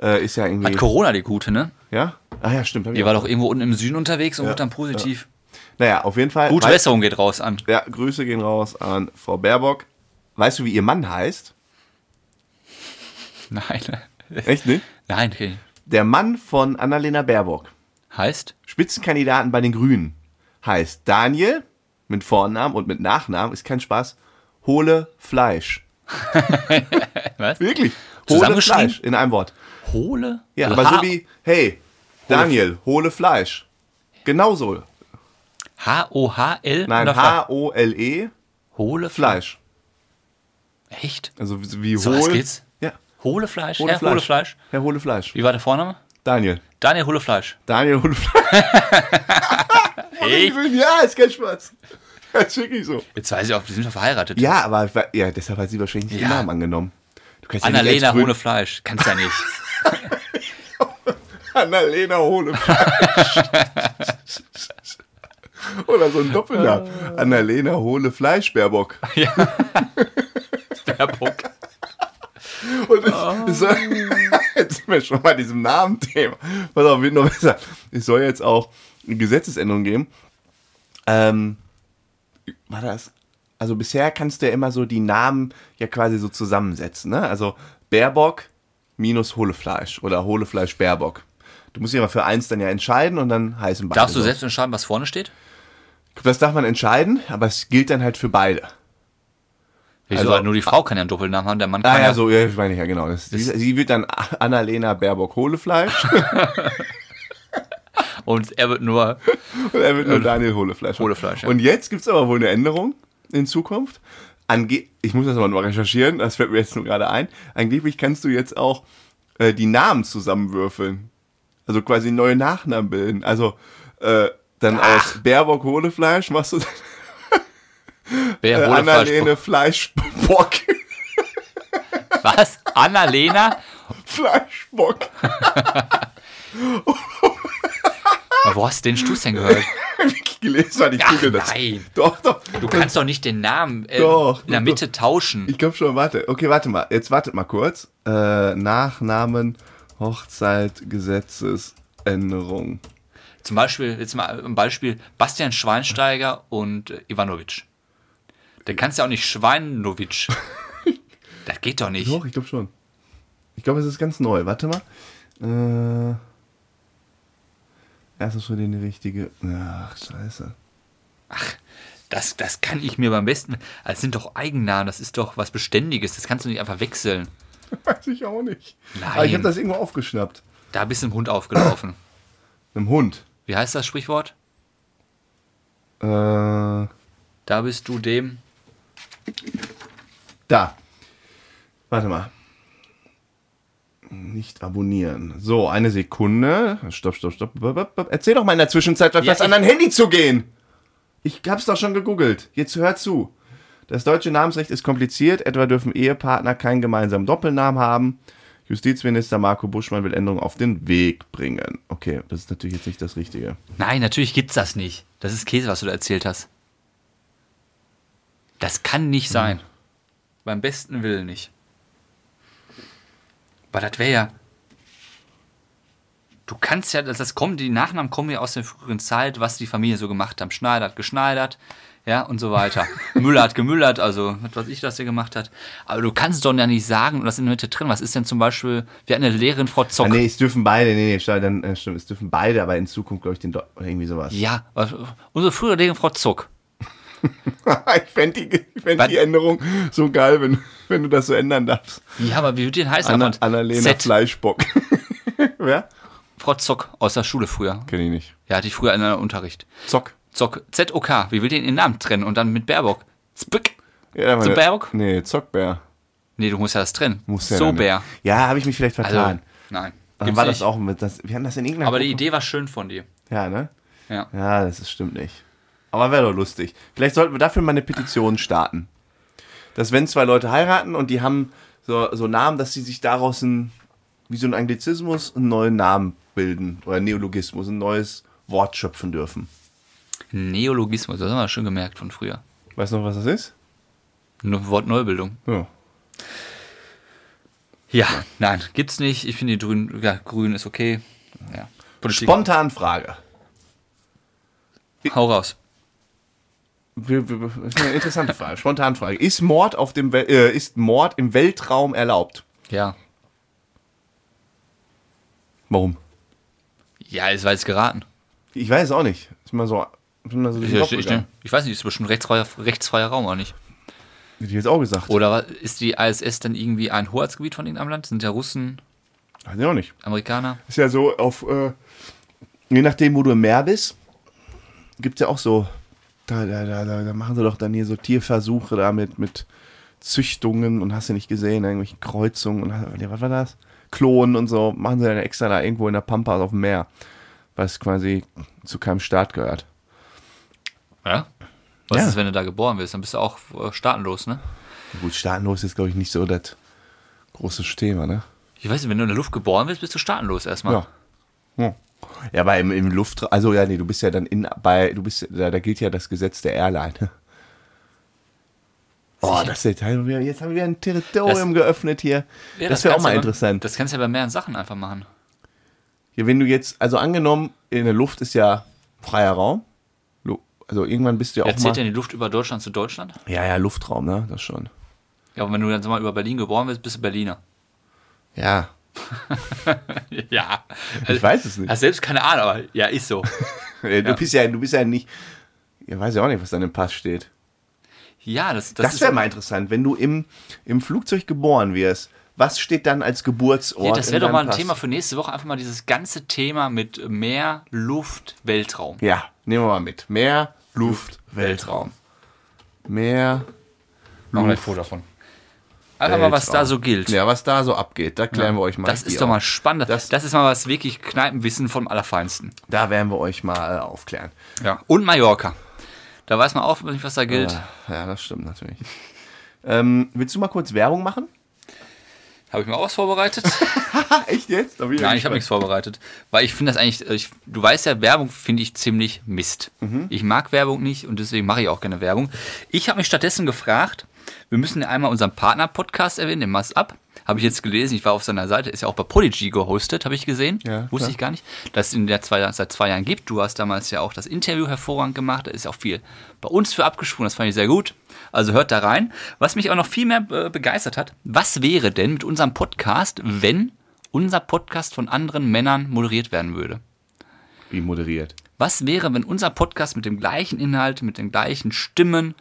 [SPEAKER 1] Äh, ist ja
[SPEAKER 2] Hat
[SPEAKER 1] irgendwie.
[SPEAKER 2] Corona die Gute, ne?
[SPEAKER 1] Ja? Ah ja, stimmt. hab ich
[SPEAKER 2] Die
[SPEAKER 1] auch.
[SPEAKER 2] war doch irgendwo unten im Süden unterwegs und wurde dann positiv.
[SPEAKER 1] Naja, auf jeden Fall.
[SPEAKER 2] Gute
[SPEAKER 1] Wei-
[SPEAKER 2] Besserung geht raus an.
[SPEAKER 1] ja, Grüße gehen raus an Frau Baerbock. Weißt du, wie ihr Mann heißt?
[SPEAKER 2] Nein.
[SPEAKER 1] Echt nicht?
[SPEAKER 2] Nein, okay.
[SPEAKER 1] Der Mann von Annalena Baerbock,
[SPEAKER 2] Heißt?
[SPEAKER 1] Spitzenkandidaten bei den Grünen, heißt Daniel mit Vornamen und mit Nachnamen, ist kein Spaß, Hohle Fleisch.
[SPEAKER 2] Was?
[SPEAKER 1] Wirklich? Hohle
[SPEAKER 2] Zusammengeschrieben?
[SPEAKER 1] Fleisch in einem Wort.
[SPEAKER 2] Hohle?
[SPEAKER 1] Ja,
[SPEAKER 2] Also
[SPEAKER 1] aber
[SPEAKER 2] H-
[SPEAKER 1] so wie, hey, Daniel, hole Fleisch. Genauso.
[SPEAKER 2] H-O-H-L?
[SPEAKER 1] Nein,
[SPEAKER 2] oder
[SPEAKER 1] H-O-L-E,
[SPEAKER 2] Hohle Fleisch.
[SPEAKER 1] E, Fleisch.
[SPEAKER 2] Echt?
[SPEAKER 1] Also wie wie
[SPEAKER 2] So
[SPEAKER 1] hohl.
[SPEAKER 2] was geht's?
[SPEAKER 1] Ja,
[SPEAKER 2] Hohle Fleisch?
[SPEAKER 1] hole
[SPEAKER 2] Herr Hohle Fleisch.
[SPEAKER 1] Herr hole Fleisch.
[SPEAKER 2] Wie war der Vorname?
[SPEAKER 1] Daniel.
[SPEAKER 2] Daniel Hohle Fleisch.
[SPEAKER 1] Daniel hole Fleisch.
[SPEAKER 2] Echt?
[SPEAKER 1] Ja, ist kein Spaß. Das ist wirklich so.
[SPEAKER 2] Jetzt weiß ich auch, die sind doch verheiratet.
[SPEAKER 1] Ja, aber ich war- ja, deshalb hat sie wahrscheinlich nicht
[SPEAKER 2] Ja.
[SPEAKER 1] den Namen angenommen. Du kannst nicht als
[SPEAKER 2] Annalena
[SPEAKER 1] Grün-
[SPEAKER 2] Hohle Fleisch. Kannst ja nicht.
[SPEAKER 1] Annalena hole Fleisch. Oder so ein Doppelname.
[SPEAKER 2] Ah.
[SPEAKER 1] Annalena hole Fleisch, Baerbock.
[SPEAKER 2] Baerbock.
[SPEAKER 1] Und ich,
[SPEAKER 2] Oh.
[SPEAKER 1] ich soll, jetzt sind wir schon bei diesem Namenthema. Pass auf, wird noch besser. Es soll jetzt auch eine Gesetzesänderung geben. Ähm, war das also bisher kannst du ja immer so die Namen ja quasi so zusammensetzen. Ne? Also Baerbock minus Hohlefleisch oder Hohlefleisch Baerbock. Du musst dich aber für eins dann ja entscheiden und dann heißen beide.
[SPEAKER 2] Darfst du
[SPEAKER 1] so.
[SPEAKER 2] selbst entscheiden, was vorne steht?
[SPEAKER 1] Das darf man entscheiden, aber es gilt dann halt für beide.
[SPEAKER 2] Wieso?
[SPEAKER 1] Also-
[SPEAKER 2] nur die Frau kann ja einen Doppelnamen haben, der Mann kann
[SPEAKER 1] Ah
[SPEAKER 2] ja.
[SPEAKER 1] ja, so, ja, ich meine ich ja genau. Das, sie, sie wird dann Annalena Baerbock Hohlefleisch
[SPEAKER 2] Und er wird nur.
[SPEAKER 1] und er wird nur Daniel Hohlefleisch.
[SPEAKER 2] Äh, Hohlefleisch, ja.
[SPEAKER 1] Und jetzt gibt es aber wohl eine Änderung in Zukunft. Ange ich muss das aber noch recherchieren, das fällt mir jetzt nur gerade ein. Angeblich kannst du jetzt auch äh, die Namen zusammenwürfeln. Also quasi neue Nachnamen bilden. Also äh, dann aus Baerbock Hohlefleisch machst du
[SPEAKER 2] Wer
[SPEAKER 1] äh,
[SPEAKER 2] Hohlefleisch-
[SPEAKER 1] Annalene Fleischbock.
[SPEAKER 2] Was? Annalena?
[SPEAKER 1] Fleischbock.
[SPEAKER 2] Na, Wo hast du den Stuß denn gehört?
[SPEAKER 1] Wiki gelesen hat, ich
[SPEAKER 2] Ach,
[SPEAKER 1] google das.
[SPEAKER 2] nein.
[SPEAKER 1] Doch, doch.
[SPEAKER 2] Du kannst doch nicht den Namen äh,
[SPEAKER 1] Doch,
[SPEAKER 2] in der
[SPEAKER 1] doch,
[SPEAKER 2] Mitte tauschen.
[SPEAKER 1] Ich glaube schon, warte. Okay, warte mal. Jetzt wartet mal kurz. Äh, Nachnamen, Hochzeit, Gesetzesänderung.
[SPEAKER 2] Zum Beispiel, jetzt mal ein Beispiel, Bastian Schweinsteiger und äh, Ivanovic. Dann kannst du ja auch nicht Schweinowitsch. Das geht doch nicht.
[SPEAKER 1] Doch, ich glaube schon. Ich glaube, es ist ganz neu. Warte mal. Äh, erstens für den richtige. Ach, scheiße.
[SPEAKER 2] Das, das kann ich mir beim besten. Das sind doch Eigennamen, das ist doch was Beständiges, das kannst du nicht einfach wechseln.
[SPEAKER 1] Weiß ich auch nicht.
[SPEAKER 2] Nein.
[SPEAKER 1] Aber ich habe das irgendwo aufgeschnappt.
[SPEAKER 2] Da bist du dem Hund aufgelaufen.
[SPEAKER 1] Einem Hund.
[SPEAKER 2] Wie heißt das Sprichwort?
[SPEAKER 1] Äh, da.
[SPEAKER 2] Da bist du dem.
[SPEAKER 1] Warte mal. Nicht abonnieren. So, eine Sekunde. Stopp, stopp, stopp. Bop, bop, bop. Erzähl doch mal in der Zwischenzeit, was
[SPEAKER 2] Ja,
[SPEAKER 1] was an
[SPEAKER 2] ich-
[SPEAKER 1] dein Handy zu gehen. Ich hab's doch schon gegoogelt. Jetzt hör zu. Das deutsche Namensrecht ist kompliziert. Etwa dürfen Ehepartner keinen gemeinsamen Doppelnamen haben. Justizminister Marco Buschmann will Änderungen auf den Weg bringen. Okay, das ist natürlich jetzt nicht das Richtige.
[SPEAKER 2] Nein, natürlich gibt's das nicht. Das ist Käse, was du da erzählt hast. Das kann nicht sein. Beim besten Willen nicht. Aber das wäre ja. Du kannst ja, das das kommen, die Nachnamen kommen ja aus der früheren Zeit, was die Familie so gemacht haben. Schneider hat geschneidert, ja, und so weiter. Müller hat gemüllert, also was weiß ich, was der gemacht hat. Aber du kannst doch ja nicht sagen, und das ist in der Mitte drin, was ist denn zum Beispiel, wir hatten eine Lehrerin, Frau Zock.
[SPEAKER 1] Ah, nee, es dürfen beide. Nee, nee, schade, dann, äh, stimmt. Es dürfen beide, aber in Zukunft, glaube ich, den Do oder irgendwie sowas.
[SPEAKER 2] Ja, was- unsere frühere Lehrerin, Frau Zock.
[SPEAKER 1] ich fände die, ich fänd
[SPEAKER 2] Was?
[SPEAKER 1] die Änderung so geil, wenn, wenn du das so ändern darfst.
[SPEAKER 2] Ja, aber wie wird die denn heißen?
[SPEAKER 1] Anna,
[SPEAKER 2] Einfach
[SPEAKER 1] Annalena
[SPEAKER 2] Z,
[SPEAKER 1] Fleischbock. Wer?
[SPEAKER 2] Frau Zock aus der Schule früher.
[SPEAKER 1] Kenne ich nicht.
[SPEAKER 2] Ja, hatte ich früher in einem Unterricht.
[SPEAKER 1] Zock.
[SPEAKER 2] Zock, ZOK, wie will die denn ihren Namen trennen? Und dann mit Baerbock. Zbick.
[SPEAKER 1] Ja, meine,
[SPEAKER 2] Berg?
[SPEAKER 1] Nee, Zockbär.
[SPEAKER 2] Nee, du musst ja das trennen.
[SPEAKER 1] Muss ja
[SPEAKER 2] so
[SPEAKER 1] dann-
[SPEAKER 2] Bär.
[SPEAKER 1] Ja, habe ich mich vielleicht
[SPEAKER 2] Also,
[SPEAKER 1] vertan.
[SPEAKER 2] nein.
[SPEAKER 1] Dann
[SPEAKER 2] Gibt's
[SPEAKER 1] war das
[SPEAKER 2] nicht.
[SPEAKER 1] auch mit. Das, wir haben das in England.
[SPEAKER 2] Aber die Idee war schön von dir.
[SPEAKER 1] Ja, ne?
[SPEAKER 2] Ja.
[SPEAKER 1] Ja, das ist, stimmt nicht. Aber wäre doch lustig. Vielleicht sollten wir dafür mal eine Petition starten. Dass wenn zwei Leute heiraten und die haben so, so Namen, dass sie sich daraus ein, wie so ein Anglizismus einen neuen Namen bilden oder Neologismus, ein neues Wort schöpfen dürfen.
[SPEAKER 2] Neologismus, das haben wir schon gemerkt von früher.
[SPEAKER 1] Weißt du noch, was das ist?
[SPEAKER 2] Ne- Wortneubildung.
[SPEAKER 1] Ja.
[SPEAKER 2] Ja, nein, gibt's nicht. Ich finde die Grün, ja, Grün ist okay. Ja. Politik.
[SPEAKER 1] Spontan Frage.
[SPEAKER 2] Hau raus.
[SPEAKER 1] Wir- wir- wir- ist Eine interessante Frage. Spontan Frage. Ist Mord, auf dem Wel äh, ist Mord im Weltraum erlaubt?
[SPEAKER 2] Ja.
[SPEAKER 1] Warum?
[SPEAKER 2] Ja, es war jetzt geraten.
[SPEAKER 1] Ich weiß es auch nicht. Ist mal so. Ist mal so durch
[SPEAKER 2] Ich,
[SPEAKER 1] den Kopf
[SPEAKER 2] ich, ich,
[SPEAKER 1] gegangen.
[SPEAKER 2] ich weiß nicht, ist bestimmt rechtsfreier, rechtsfreier Raum oder nicht?
[SPEAKER 1] Hätte ich jetzt auch gesagt.
[SPEAKER 2] Oder wa- ist die ISS dann irgendwie ein Hoheitsgebiet von irgendeinem Land? Sind ja Russen,
[SPEAKER 1] Weiß ich auch nicht.
[SPEAKER 2] Amerikaner?
[SPEAKER 1] Ist ja so, auf, äh, je nachdem, wo du im Meer bist, gibt es ja auch so, da, da, da, da, da machen sie doch dann hier so Tierversuche da mit, mit Züchtungen und hast du nicht gesehen, irgendwelche Kreuzungen und hast- ja, was war das? Klonen und so, machen sie dann extra da irgendwo in der Pampa auf dem Meer, was quasi zu keinem Staat gehört.
[SPEAKER 2] Ja. Was
[SPEAKER 1] Ja.
[SPEAKER 2] ist, wenn du da geboren wirst? Dann bist du auch äh, staatenlos, ne?
[SPEAKER 1] Gut, staatenlos ist, glaube ich, nicht so das große Thema, ne?
[SPEAKER 2] Ich weiß nicht, wenn du in der Luft geboren wirst, bist du staatenlos erstmal.
[SPEAKER 1] Ja. Ja, ja aber im, im Luftraum, also ja, nee, du bist ja dann in, bei, du bist, da, da gilt ja das Gesetz der Airline. Boah, Oh, das ist jetzt, jetzt haben wir ein Territorium geöffnet hier.
[SPEAKER 2] Ja,
[SPEAKER 1] das wäre auch
[SPEAKER 2] kannst du
[SPEAKER 1] mal
[SPEAKER 2] ja bei-
[SPEAKER 1] interessant.
[SPEAKER 2] Das kannst du ja bei mehreren Sachen einfach machen.
[SPEAKER 1] Ja, wenn du jetzt, also angenommen, in der Luft ist ja freier Raum, Lu- also irgendwann bist du ja auch
[SPEAKER 2] Wer zählt
[SPEAKER 1] mal.
[SPEAKER 2] denn die Luft über Deutschland zu Deutschland?
[SPEAKER 1] Ja, ja, Luftraum, ne? Das schon.
[SPEAKER 2] Ja, aber wenn du dann so mal über Berlin geboren bist, bist du Berliner.
[SPEAKER 1] Ja.
[SPEAKER 2] Ja.
[SPEAKER 1] Ich weiß es nicht.
[SPEAKER 2] Hast selbst keine Ahnung, aber ja, ist so.
[SPEAKER 1] Äh, Du bist ja, du bist ja nicht. Ja, weiß ja auch nicht, was an dem Pass steht.
[SPEAKER 2] Ja, das, das,
[SPEAKER 1] Das, wäre mal interessant, wenn du im, im Flugzeug geboren wirst. Was steht dann als Geburtsort?
[SPEAKER 2] Ja, das
[SPEAKER 1] in
[SPEAKER 2] wäre doch
[SPEAKER 1] deinem
[SPEAKER 2] mal ein
[SPEAKER 1] Pass?
[SPEAKER 2] Thema für nächste Woche, einfach mal dieses ganze Thema mit Meer, Luft, Weltraum.
[SPEAKER 1] Ja, nehmen wir mal mit. Meer, Luft, Weltraum. Meer.
[SPEAKER 2] Machen wir ein Foto davon. Einfach mal, was da so gilt.
[SPEAKER 1] Ja, was da so abgeht, da klären wir euch mal.
[SPEAKER 2] Das
[SPEAKER 1] hier
[SPEAKER 2] ist doch
[SPEAKER 1] auf.
[SPEAKER 2] mal spannend.
[SPEAKER 1] Das-
[SPEAKER 2] Das, ist mal was wirklich Kneipenwissen vom Allerfeinsten.
[SPEAKER 1] Da werden wir euch mal äh, aufklären.
[SPEAKER 2] Ja. Und Mallorca. Da weiß man auch nicht, was da gilt.
[SPEAKER 1] Ja, das stimmt natürlich. ähm, willst du mal kurz Werbung machen?
[SPEAKER 2] Habe ich mir auch was vorbereitet?
[SPEAKER 1] Ah, echt jetzt? Da bin ja
[SPEAKER 2] Nein, ich habe nichts
[SPEAKER 1] gespannt.
[SPEAKER 2] vorbereitet. Weil ich finde das eigentlich, ich, du weißt ja, Werbung finde ich ziemlich Mist. Ich mag Werbung nicht und deswegen mache ich auch keine Werbung. Ich habe mich stattdessen gefragt, wir müssen einmal unseren Partner-Podcast erwähnen, den Mass Up. Habe ich jetzt gelesen, ich war auf seiner Seite, ist ja auch bei Podigy gehostet, habe ich gesehen.
[SPEAKER 1] Ja,
[SPEAKER 2] Wusste ich gar nicht, dass es in der zwei, seit zwei Jahren gibt. Du hast damals ja auch das Interview hervorragend gemacht, da ist auch viel bei uns für abgesprungen, das fand ich sehr gut. Also hört da rein. Was mich auch noch viel mehr äh, begeistert hat, was wäre denn mit unserem Podcast, wenn unser Podcast von anderen Männern moderiert werden würde?
[SPEAKER 1] Wie moderiert.
[SPEAKER 2] Was wäre, wenn unser Podcast mit dem gleichen Inhalt, mit den gleichen Stimmen,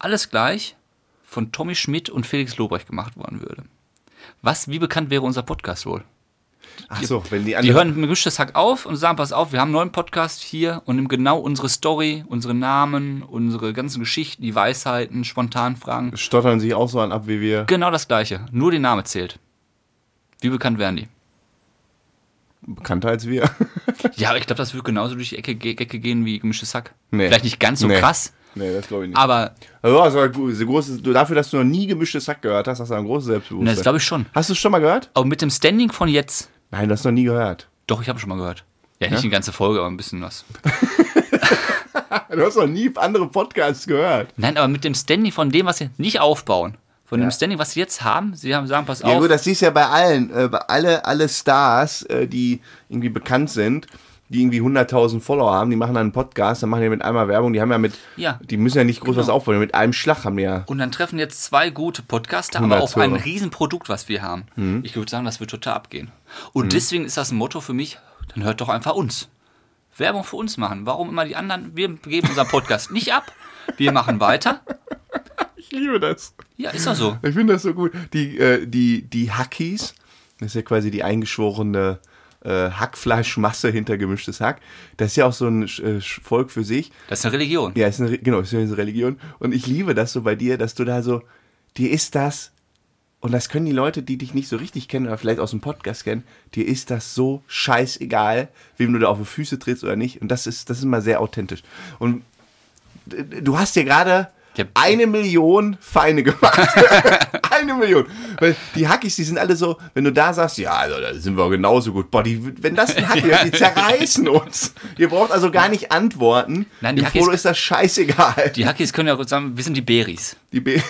[SPEAKER 2] alles gleich von Tommy Schmidt und Felix Lobrecht gemacht worden würde? Was, wie bekannt wäre unser Podcast wohl?
[SPEAKER 1] Ach so, wenn die
[SPEAKER 2] Die
[SPEAKER 1] anderen.
[SPEAKER 2] hören mit gemischtes Hack auf und sagen, pass auf, wir haben einen neuen Podcast hier und nehmen genau unsere Story, unsere Namen, unsere ganzen Geschichten, die Weisheiten, Spontanfragen.
[SPEAKER 1] stottern sich auch so an ab wie wir.
[SPEAKER 2] Genau das gleiche, nur der Name zählt. Wie bekannt wären die?
[SPEAKER 1] Bekannter als wir.
[SPEAKER 2] Ja, aber ich glaube, das wird genauso durch die Ecke, Ge- Ecke gehen wie gemischtes Hack.
[SPEAKER 1] Nee.
[SPEAKER 2] Vielleicht nicht ganz so
[SPEAKER 1] Nee.
[SPEAKER 2] krass,
[SPEAKER 1] nee, das glaube ich nicht.
[SPEAKER 2] aber
[SPEAKER 1] Also, das war gut. So großes, du, dafür, dass du noch nie gemischtes Sack gehört hast, hast du ein großes Selbstbewusstsein.
[SPEAKER 2] Na, das glaube ich schon.
[SPEAKER 1] Hast du es schon mal gehört?
[SPEAKER 2] Aber mit dem Standing von jetzt,
[SPEAKER 1] Nein, du hast noch nie gehört.
[SPEAKER 2] doch, ich habe schon mal gehört. Ja, nicht die ganze Folge, aber ein bisschen was.
[SPEAKER 1] Du hast noch nie andere Podcasts gehört.
[SPEAKER 2] Nein, aber mit dem Standing von dem, was sie nicht aufbauen. Von
[SPEAKER 1] Ja.
[SPEAKER 2] dem Standing, was sie jetzt haben, sie haben sagen, pass
[SPEAKER 1] Ja
[SPEAKER 2] auf.
[SPEAKER 1] gut, das siehst du ja bei allen, äh, bei alle, alle Stars, äh, die irgendwie bekannt sind, die irgendwie 100.000 Follower haben, die machen dann einen Podcast, dann machen die mit einmal Werbung, die haben ja mit,
[SPEAKER 2] Ja.
[SPEAKER 1] die müssen ja Genau. nicht groß was aufbauen, mit einem Schlag haben die ja.
[SPEAKER 2] Und dann treffen jetzt zwei gute Podcaster, aber
[SPEAKER 1] 100
[SPEAKER 2] auf ein
[SPEAKER 1] Hörer. Mhm.
[SPEAKER 2] Riesenprodukt, was wir haben. Ich würde sagen, das wird total abgehen. Und deswegen ist das ein Motto für mich, dann hört doch einfach uns. Werbung für uns machen. Warum immer die anderen? Wir geben unseren Podcast nicht ab. Wir machen weiter.
[SPEAKER 1] Ich liebe das.
[SPEAKER 2] Ja, ist doch so.
[SPEAKER 1] Ich finde das so gut. Die, äh, die, die Hackies, das ist ja quasi die eingeschworene äh, Hackfleischmasse hinter gemischtes Hack. Das ist ja auch so ein äh, Sch- Volk für sich.
[SPEAKER 2] Das ist eine Religion.
[SPEAKER 1] Ja, ist eine, Re- genau, ist eine Religion. Und ich liebe das so bei dir, dass du da so, dir ist das, und das können die Leute, die dich nicht so richtig kennen oder vielleicht aus dem Podcast kennen, dir ist das so scheißegal, wem du da auf die Füße trittst oder nicht. Und das ist, das ist mal sehr authentisch. Und d- d- du hast dir gerade
[SPEAKER 2] Ja.
[SPEAKER 1] eine Million Feine gemacht. eine Million. Weil die Hackis, die sind alle so, wenn du da sagst, ja, also, da sind wir genauso gut. Boah, die, wenn das ein Hack ist, die zerreißen uns. Ihr braucht also gar nicht antworten.
[SPEAKER 2] Nein, die
[SPEAKER 1] Dem
[SPEAKER 2] Hackis-
[SPEAKER 1] Frodo ist das scheißegal.
[SPEAKER 2] Die Hackies können ja gut sagen, wir sind die Beris.
[SPEAKER 1] Die B.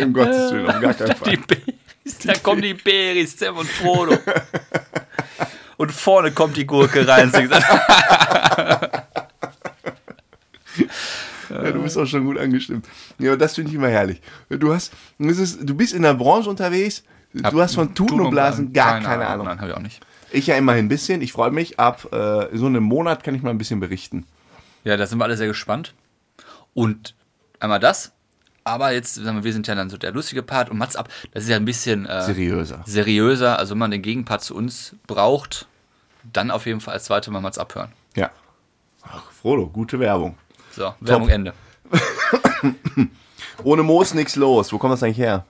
[SPEAKER 1] Im Gottes Willen, auf gar keinen Fall.
[SPEAKER 2] Die Beris, da kommen die Beris, Sam und Frodo. Und vorne kommt die Gurke rein. Sie sagt,
[SPEAKER 1] Ja, du bist auch schon gut angestimmt. Ja, aber das finde ich immer herrlich. Du hast, es ist, du bist in der Branche unterwegs, du hast von Tuten und Blasen gar keine, Ahnung.
[SPEAKER 2] Nein, habe ich auch nicht.
[SPEAKER 1] Ich ja immerhin ein bisschen, ich freue mich, ab äh, so einem Monat kann ich mal ein bisschen berichten.
[SPEAKER 2] Ja, da sind wir alle sehr gespannt. Und einmal das, aber jetzt, sagen wir, wir sind ja dann so der lustige Part und Mats ab, das ist ja ein bisschen äh,
[SPEAKER 1] Seriöser.
[SPEAKER 2] seriöser. Also wenn man den Gegenpart zu uns braucht, dann auf jeden Fall als zweite Mal Mats abhören.
[SPEAKER 1] Ja. Ach, Frodo, gute Werbung.
[SPEAKER 2] So, Werbung Ende.
[SPEAKER 1] Ohne Moos nichts los. Wo kommt das eigentlich her?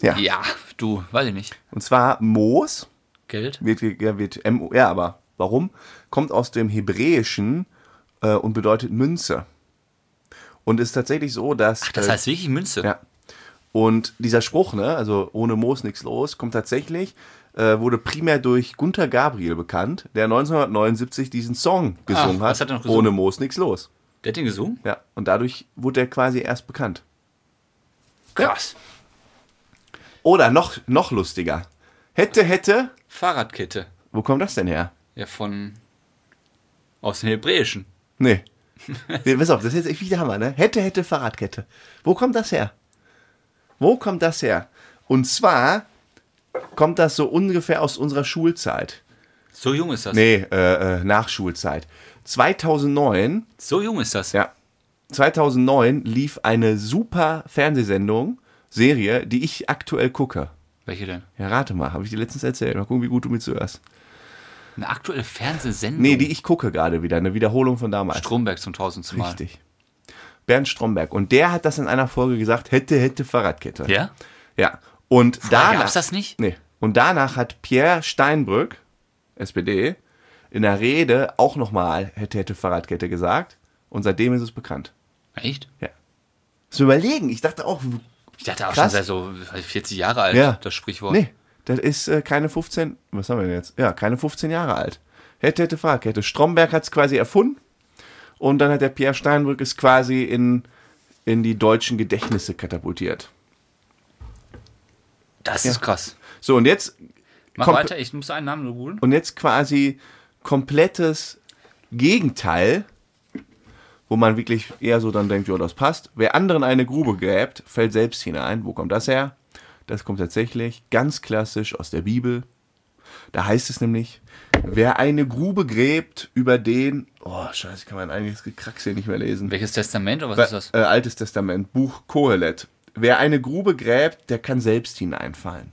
[SPEAKER 1] Ja.
[SPEAKER 2] Ja, du, weiß ich nicht.
[SPEAKER 1] Und zwar Moos
[SPEAKER 2] Geld?
[SPEAKER 1] wird, ge- ja, wird M ja, aber warum? Kommt aus dem Hebräischen äh, und bedeutet Münze. Und ist tatsächlich so, dass.
[SPEAKER 2] Das heißt wirklich Münze.
[SPEAKER 1] Äh, ja. Und dieser Spruch, ne, also ohne Moos nichts los, kommt tatsächlich, äh, wurde primär durch Gunther Gabriel bekannt, der 1979 diesen Song gesungen
[SPEAKER 2] was
[SPEAKER 1] hat.
[SPEAKER 2] hat er noch gesungen?
[SPEAKER 1] ohne Moos nichts los.
[SPEAKER 2] Der hat den gesungen?
[SPEAKER 1] Ja. Und dadurch wurde er quasi erst bekannt.
[SPEAKER 2] Krass.
[SPEAKER 1] Oder noch, noch lustiger. Hätte, hätte,
[SPEAKER 2] Fahrradkette.
[SPEAKER 1] Wo kommt das denn her?
[SPEAKER 2] Ja, von. Aus dem Hebräischen.
[SPEAKER 1] Nee. nee pass auf, das ist jetzt echt wie der Hammer, ne? Hätte, hätte, Fahrradkette. Wo kommt das her? Wo kommt das her? Und zwar kommt das so ungefähr aus unserer Schulzeit.
[SPEAKER 2] So jung ist das.
[SPEAKER 1] Nee, äh, äh, Nachschulzeit. 2009
[SPEAKER 2] So jung ist das.
[SPEAKER 1] Ja. 2009 lief eine super Fernsehsendung, Serie, die ich aktuell gucke.
[SPEAKER 2] Welche denn?
[SPEAKER 1] Ja, rate mal, habe ich dir letztens erzählt. Mal gucken, wie gut du mir zuhörst.
[SPEAKER 2] Eine aktuelle Fernsehsendung.
[SPEAKER 1] Nee, die ich gucke gerade wieder, eine Wiederholung von damals.
[SPEAKER 2] Stromberg zum tausendsten Mal.
[SPEAKER 1] Richtig. Bernd Stromberg. Und der hat das in einer Folge gesagt, hätte, hätte Fahrradkette.
[SPEAKER 2] Ja?
[SPEAKER 1] Ja. Und danach.
[SPEAKER 2] gab's das nicht?
[SPEAKER 1] Nee. Und danach hat Pierre Steinbrück, SPD, in der Rede auch nochmal hätte, hätte Fahrradkette gesagt. Und seitdem ist es bekannt.
[SPEAKER 2] Echt?
[SPEAKER 1] Ja. Zu überlegen, ich dachte auch,
[SPEAKER 2] Ich dachte auch
[SPEAKER 1] Krass.
[SPEAKER 2] schon, sei so 40 Jahre alt,
[SPEAKER 1] Ja.
[SPEAKER 2] das Sprichwort.
[SPEAKER 1] nee, das ist äh, keine 15, was haben wir denn jetzt? Ja, keine 15 Jahre alt. Hätte, hätte, Fahrradkette. Stromberg hat es quasi erfunden und dann hat der Pierre Steinbrück es quasi in, in die deutschen Gedächtnisse katapultiert.
[SPEAKER 2] Das ist krass.
[SPEAKER 1] So, und jetzt,
[SPEAKER 2] Mach
[SPEAKER 1] Komp-
[SPEAKER 2] weiter, ich muss einen Namen nur googeln.
[SPEAKER 1] und jetzt quasi komplettes Gegenteil, wo man wirklich eher so dann denkt, ja, das passt. Wer anderen eine Grube gräbt, fällt selbst hinein. Wo kommt das her? Das kommt tatsächlich ganz klassisch aus der Bibel. Da heißt es nämlich, wer eine Grube gräbt, über den, oh scheiße, kann man eigentlich Gekracks hier nicht mehr lesen.
[SPEAKER 2] Welches Testament oder was ist das?
[SPEAKER 1] Äh, Altes Testament, Buch Kohelet. Wer eine Grube gräbt, der kann selbst hineinfallen.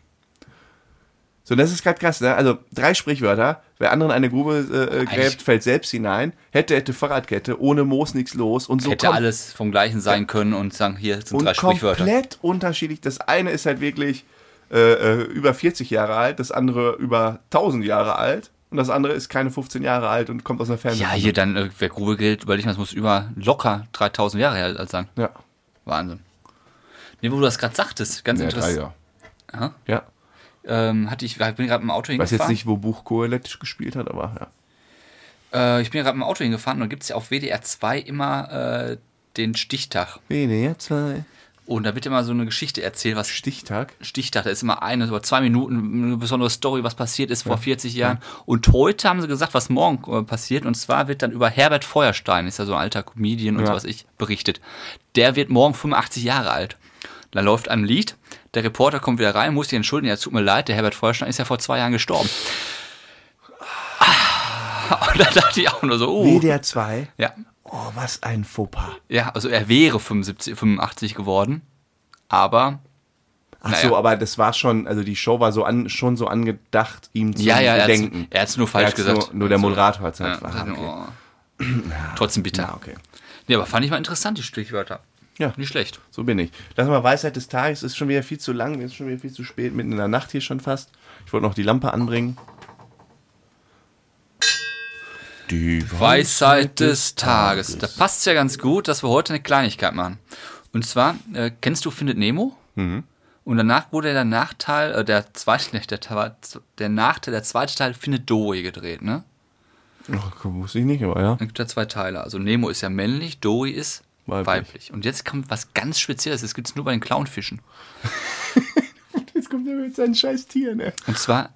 [SPEAKER 1] So, das ist gerade krass, ne? Also drei Sprichwörter. Wer anderen eine Grube äh, äh, gräbt,
[SPEAKER 2] Eigentlich-
[SPEAKER 1] fällt selbst hinein. Hätte, hätte Fahrradkette, ohne Moos nichts los und so
[SPEAKER 2] Hätte
[SPEAKER 1] kom-
[SPEAKER 2] alles vom gleichen sein können und sagen, hier sind
[SPEAKER 1] und
[SPEAKER 2] drei Sprichwörter.
[SPEAKER 1] komplett unterschiedlich. Das eine ist halt wirklich äh, äh, über 40 Jahre alt, das andere über 1000 Jahre alt und das andere ist keine 15 Jahre alt und kommt aus einer Fernseh.
[SPEAKER 2] Ja, hier dann, äh, wer Grube gilt, überleg mal, es muss über locker 3000 Jahre her sein.
[SPEAKER 1] ja.
[SPEAKER 2] Wahnsinn. Nee, wo du das gerade sagtest, ganz
[SPEAKER 1] Ja, drei
[SPEAKER 2] interessant.
[SPEAKER 1] Jahre.
[SPEAKER 2] Aha.
[SPEAKER 1] Ja.
[SPEAKER 2] Ähm, hatte ich, ich bin gerade mit dem Auto
[SPEAKER 1] Ich weiß
[SPEAKER 2] hingefahren.
[SPEAKER 1] jetzt nicht, wo Buch Kohelet gespielt hat, aber ja.
[SPEAKER 2] Äh, ich bin gerade mit dem Auto hingefahren und gibt es ja auf WDR 2 immer äh, den Stichtag.
[SPEAKER 1] WDR 2.
[SPEAKER 2] Und da wird immer so eine Geschichte erzählt, was
[SPEAKER 1] Stichtag?
[SPEAKER 2] Stichtag, da ist immer eine, über zwei Minuten eine besondere Story, was passiert ist vor 40 Jahren. Und heute haben sie gesagt, was morgen äh, passiert. Und zwar wird dann über Herbert Feuerstein, ist ja so ein alter Comedian und
[SPEAKER 1] Ja.
[SPEAKER 2] so was ich, berichtet. Der wird morgen 85 Jahre alt. Da läuft ein Lied, der Reporter kommt wieder rein, muss sich entschuldigen, ja, tut mir leid, der Herbert Feuerstein ist ja vor zwei Jahren gestorben. Ah, Und da dachte ich auch nur so, uh.
[SPEAKER 1] WDR 2.
[SPEAKER 2] Ja,
[SPEAKER 1] Oh, was ein Fauxpas.
[SPEAKER 2] ja, also er wäre 75, 85 geworden, aber
[SPEAKER 1] Ach
[SPEAKER 2] Naja.
[SPEAKER 1] so, aber das war schon, also die Show war so an, schon so angedacht, ihm zu
[SPEAKER 2] ja, ja, er hat's-
[SPEAKER 1] denken.
[SPEAKER 2] er hat es nur
[SPEAKER 1] Er
[SPEAKER 2] falsch
[SPEAKER 1] hat's
[SPEAKER 2] gesagt. Also,
[SPEAKER 1] Nur, nur der Moderator hat es
[SPEAKER 2] Ja, also,
[SPEAKER 1] halt
[SPEAKER 2] das hat
[SPEAKER 1] verraten.
[SPEAKER 2] mir-
[SPEAKER 1] okay.
[SPEAKER 2] oh. Trotzdem bitter.
[SPEAKER 1] Ja, Ah, okay.
[SPEAKER 2] Nee, aber fand ich mal interessant, die Stichwörter.
[SPEAKER 1] Ja.
[SPEAKER 2] Nicht schlecht.
[SPEAKER 1] So bin ich. Lass mal Weisheit des Tages, ist schon wieder viel zu lang, ist schon wieder viel zu spät, mitten in der Nacht hier schon fast. Ich wollte noch die Lampe anbringen. Die
[SPEAKER 2] Weisheit des Tages. Da passt es ja ganz gut, dass wir heute eine Kleinigkeit machen. Und zwar, äh, kennst du Findet Nemo? Und danach wurde der Nachteil, äh, der zweite, nee, der, Ta- der Nachteil, der zweite Teil Findet Dory gedreht, ne?
[SPEAKER 1] Ach, wusste ich nicht, aber ja.
[SPEAKER 2] Dann gibt es ja zwei Teile. Also Nemo ist ja männlich, Dory ist
[SPEAKER 1] Weiblich.
[SPEAKER 2] weiblich. Und jetzt kommt was ganz Spezielles, das gibt es nur bei den Clownfischen.
[SPEAKER 1] Jetzt kommt er mit seinen scheiß Tieren, ne?
[SPEAKER 2] Und zwar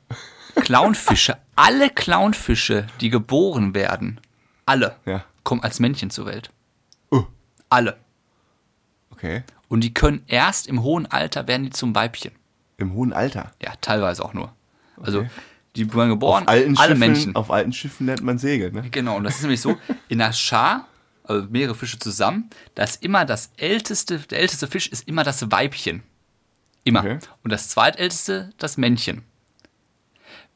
[SPEAKER 2] Clownfische, alle Clownfische, die geboren werden, alle,
[SPEAKER 1] Ja.
[SPEAKER 2] kommen als Männchen zur Welt.
[SPEAKER 1] Oh,
[SPEAKER 2] Alle.
[SPEAKER 1] okay.
[SPEAKER 2] Und die können erst im hohen Alter werden die zum Weibchen.
[SPEAKER 1] Im hohen Alter.
[SPEAKER 2] Ja, teilweise auch nur. Also
[SPEAKER 1] Okay.
[SPEAKER 2] die werden geboren,
[SPEAKER 1] Auf alten,
[SPEAKER 2] alle
[SPEAKER 1] Schiffen,
[SPEAKER 2] Männchen.
[SPEAKER 1] auf alten Schiffen lernt man segeln, ne?
[SPEAKER 2] Genau, und das ist nämlich so, in einer Schar, also mehrere Fische zusammen, da ist immer das älteste, der älteste Fisch ist immer das Weibchen. Immer.
[SPEAKER 1] Okay.
[SPEAKER 2] Und das zweitälteste das Männchen.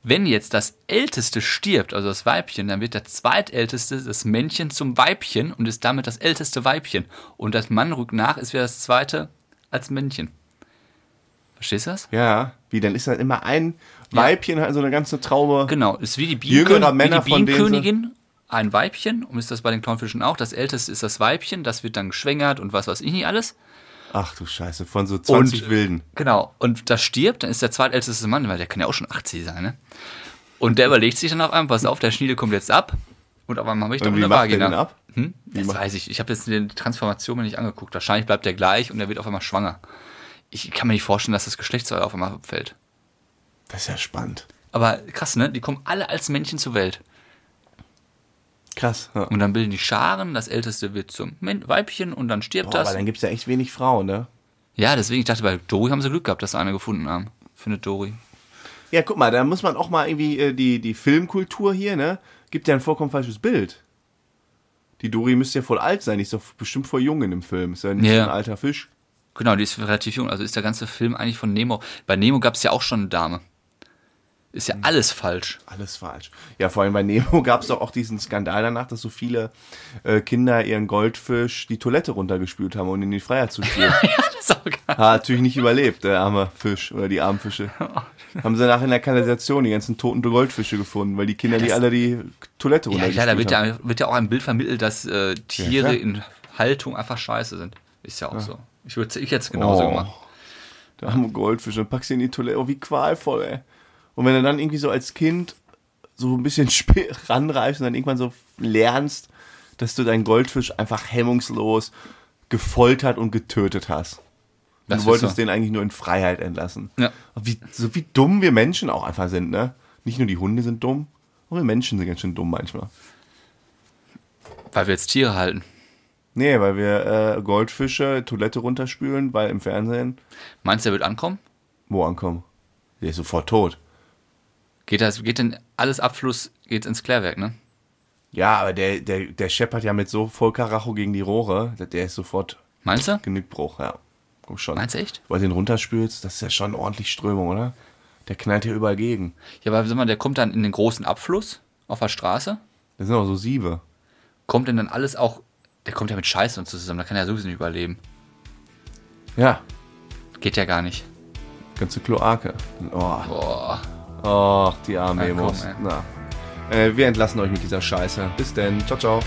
[SPEAKER 2] Wenn jetzt das Älteste stirbt, also das Weibchen, dann wird der zweitälteste das Männchen zum Weibchen und ist damit das älteste Weibchen. Und das Mann rückt nach, ist wieder das zweite als Männchen. Verstehst du das?
[SPEAKER 1] Ja, wie, dann ist dann immer ein Weibchen halt so eine ganze Traube.
[SPEAKER 2] Genau, ist wie die,
[SPEAKER 1] Jüngere
[SPEAKER 2] Bienenkön
[SPEAKER 1] Männer,
[SPEAKER 2] wie
[SPEAKER 1] von
[SPEAKER 2] die
[SPEAKER 1] denen sie-
[SPEAKER 2] Bienenkönigin, ein Weibchen, und ist das bei den Clownfischen auch. Das Älteste ist das Weibchen, das wird dann geschwängert und was weiß ich nicht alles.
[SPEAKER 1] Ach du Scheiße, von so 20
[SPEAKER 2] Und-
[SPEAKER 1] Wilden.
[SPEAKER 2] Genau, und das stirbt, dann ist der zweitälteste Mann, weil der kann ja auch schon 80 sein, ne? Und der überlegt sich dann auf einmal, pass auf, der Schniedel kommt jetzt ab. Und auf einmal habe ich doch
[SPEAKER 1] Und wie
[SPEAKER 2] eine
[SPEAKER 1] macht der
[SPEAKER 2] Vagina.
[SPEAKER 1] den ab?
[SPEAKER 2] Hm? Das weiß ich. Ich habe jetzt die Transformation mir nicht angeguckt. Wahrscheinlich bleibt der gleich und er wird auf einmal schwanger. Ich kann mir nicht vorstellen, dass das Geschlechtsteil auf einmal abfällt.
[SPEAKER 1] Das ist ja spannend.
[SPEAKER 2] Aber krass, ne? Die kommen alle als Männchen zur Welt.
[SPEAKER 1] Krass. Ja.
[SPEAKER 2] Und dann bilden die Scharen, das Älteste wird zum Män- Weibchen und dann stirbt
[SPEAKER 1] Boah, aber
[SPEAKER 2] das.
[SPEAKER 1] dann gibt es ja echt wenig Frauen, ne?
[SPEAKER 2] Ja, deswegen, ich dachte, bei Dory haben sie Glück gehabt, dass sie eine gefunden haben. Findet Dory.
[SPEAKER 1] Ja, guck mal, da muss man auch mal irgendwie äh, die, die Filmkultur hier, ne? Gibt ja ein vollkommen falsches Bild. Die Dori müsste ja voll alt sein, die ist doch bestimmt voll jung in dem Film. Ist ja nicht
[SPEAKER 2] Ja.
[SPEAKER 1] so ein alter Fisch.
[SPEAKER 2] Genau, die ist relativ jung. Also ist der ganze Film eigentlich von Nemo. Bei Nemo gab es ja auch schon eine Dame. Ist ja
[SPEAKER 1] Hm.
[SPEAKER 2] alles falsch.
[SPEAKER 1] Alles falsch. Ja, vor allem bei Nemo gab es doch auch diesen Skandal danach, dass so viele äh, Kinder ihren Goldfisch die Toilette runtergespült haben, um ihn in die Freiheit zu spülen.
[SPEAKER 2] Das ist auch geil.
[SPEAKER 1] Hat natürlich nicht überlebt, der arme Fisch oder die armen Fische. Haben sie nachher in der Kanalisation die ganzen toten Goldfische gefunden, weil die Kinder die alle die Toilette
[SPEAKER 2] Ja, klar,
[SPEAKER 1] runtergespült
[SPEAKER 2] da wird
[SPEAKER 1] haben.
[SPEAKER 2] ja, wird ja auch ein Bild vermittelt, dass äh, Tiere
[SPEAKER 1] Ja,
[SPEAKER 2] in Haltung einfach scheiße sind. Ist ja auch so. Ich würde ich jetzt genauso
[SPEAKER 1] Oh.
[SPEAKER 2] gemacht.
[SPEAKER 1] Der arme Goldfisch, dann packst du ihn in die Toilette. Oh, wie qualvoll, ey. Und wenn du dann irgendwie so als Kind so ein bisschen spä- ranreifst und dann irgendwann so lernst, dass du deinen Goldfisch einfach hemmungslos gefoltert und getötet hast.
[SPEAKER 2] Das
[SPEAKER 1] du
[SPEAKER 2] ist
[SPEAKER 1] wolltest
[SPEAKER 2] so.
[SPEAKER 1] den eigentlich nur in Freiheit entlassen.
[SPEAKER 2] Ja.
[SPEAKER 1] Wie, so wie dumm wir Menschen auch einfach sind, ne? Nicht nur die Hunde sind dumm, auch wir Menschen sind ganz schön dumm manchmal.
[SPEAKER 2] Weil wir jetzt Tiere halten.
[SPEAKER 1] Nee, weil wir äh, Goldfische Toilette runterspülen, weil im Fernsehen
[SPEAKER 2] Meinst du, der wird ankommen?
[SPEAKER 1] wo ankommen. Der ist sofort tot.
[SPEAKER 2] Geht, das, geht denn alles Abfluss geht ins Klärwerk, ne?
[SPEAKER 1] Ja, aber der, der, der scheppert ja mit so voll Karacho gegen die Rohre, der- der ist sofort
[SPEAKER 2] Meinst du?
[SPEAKER 1] Genickbruch, ja. Guck schon.
[SPEAKER 2] Meinst du echt?
[SPEAKER 1] Weil du den runterspülst, das ist ja schon ordentlich Strömung, oder? Der knallt hier überall gegen.
[SPEAKER 2] Ja, aber sag mal, der kommt dann in den großen Abfluss auf der Straße.
[SPEAKER 1] Das sind auch so Siebe.
[SPEAKER 2] Kommt denn dann alles auch. Der kommt ja mit Scheiße und so zusammen, da kann er ja sowieso nicht überleben.
[SPEAKER 1] Ja,
[SPEAKER 2] Geht ja gar nicht.
[SPEAKER 1] ganze Kloake. Oh,
[SPEAKER 2] Boah.
[SPEAKER 1] oh die armen
[SPEAKER 2] Na, komm,
[SPEAKER 1] Emos.
[SPEAKER 2] ey.
[SPEAKER 1] Na. Äh, wir entlassen euch mit dieser Scheiße. Bis denn. Ciao, ciao.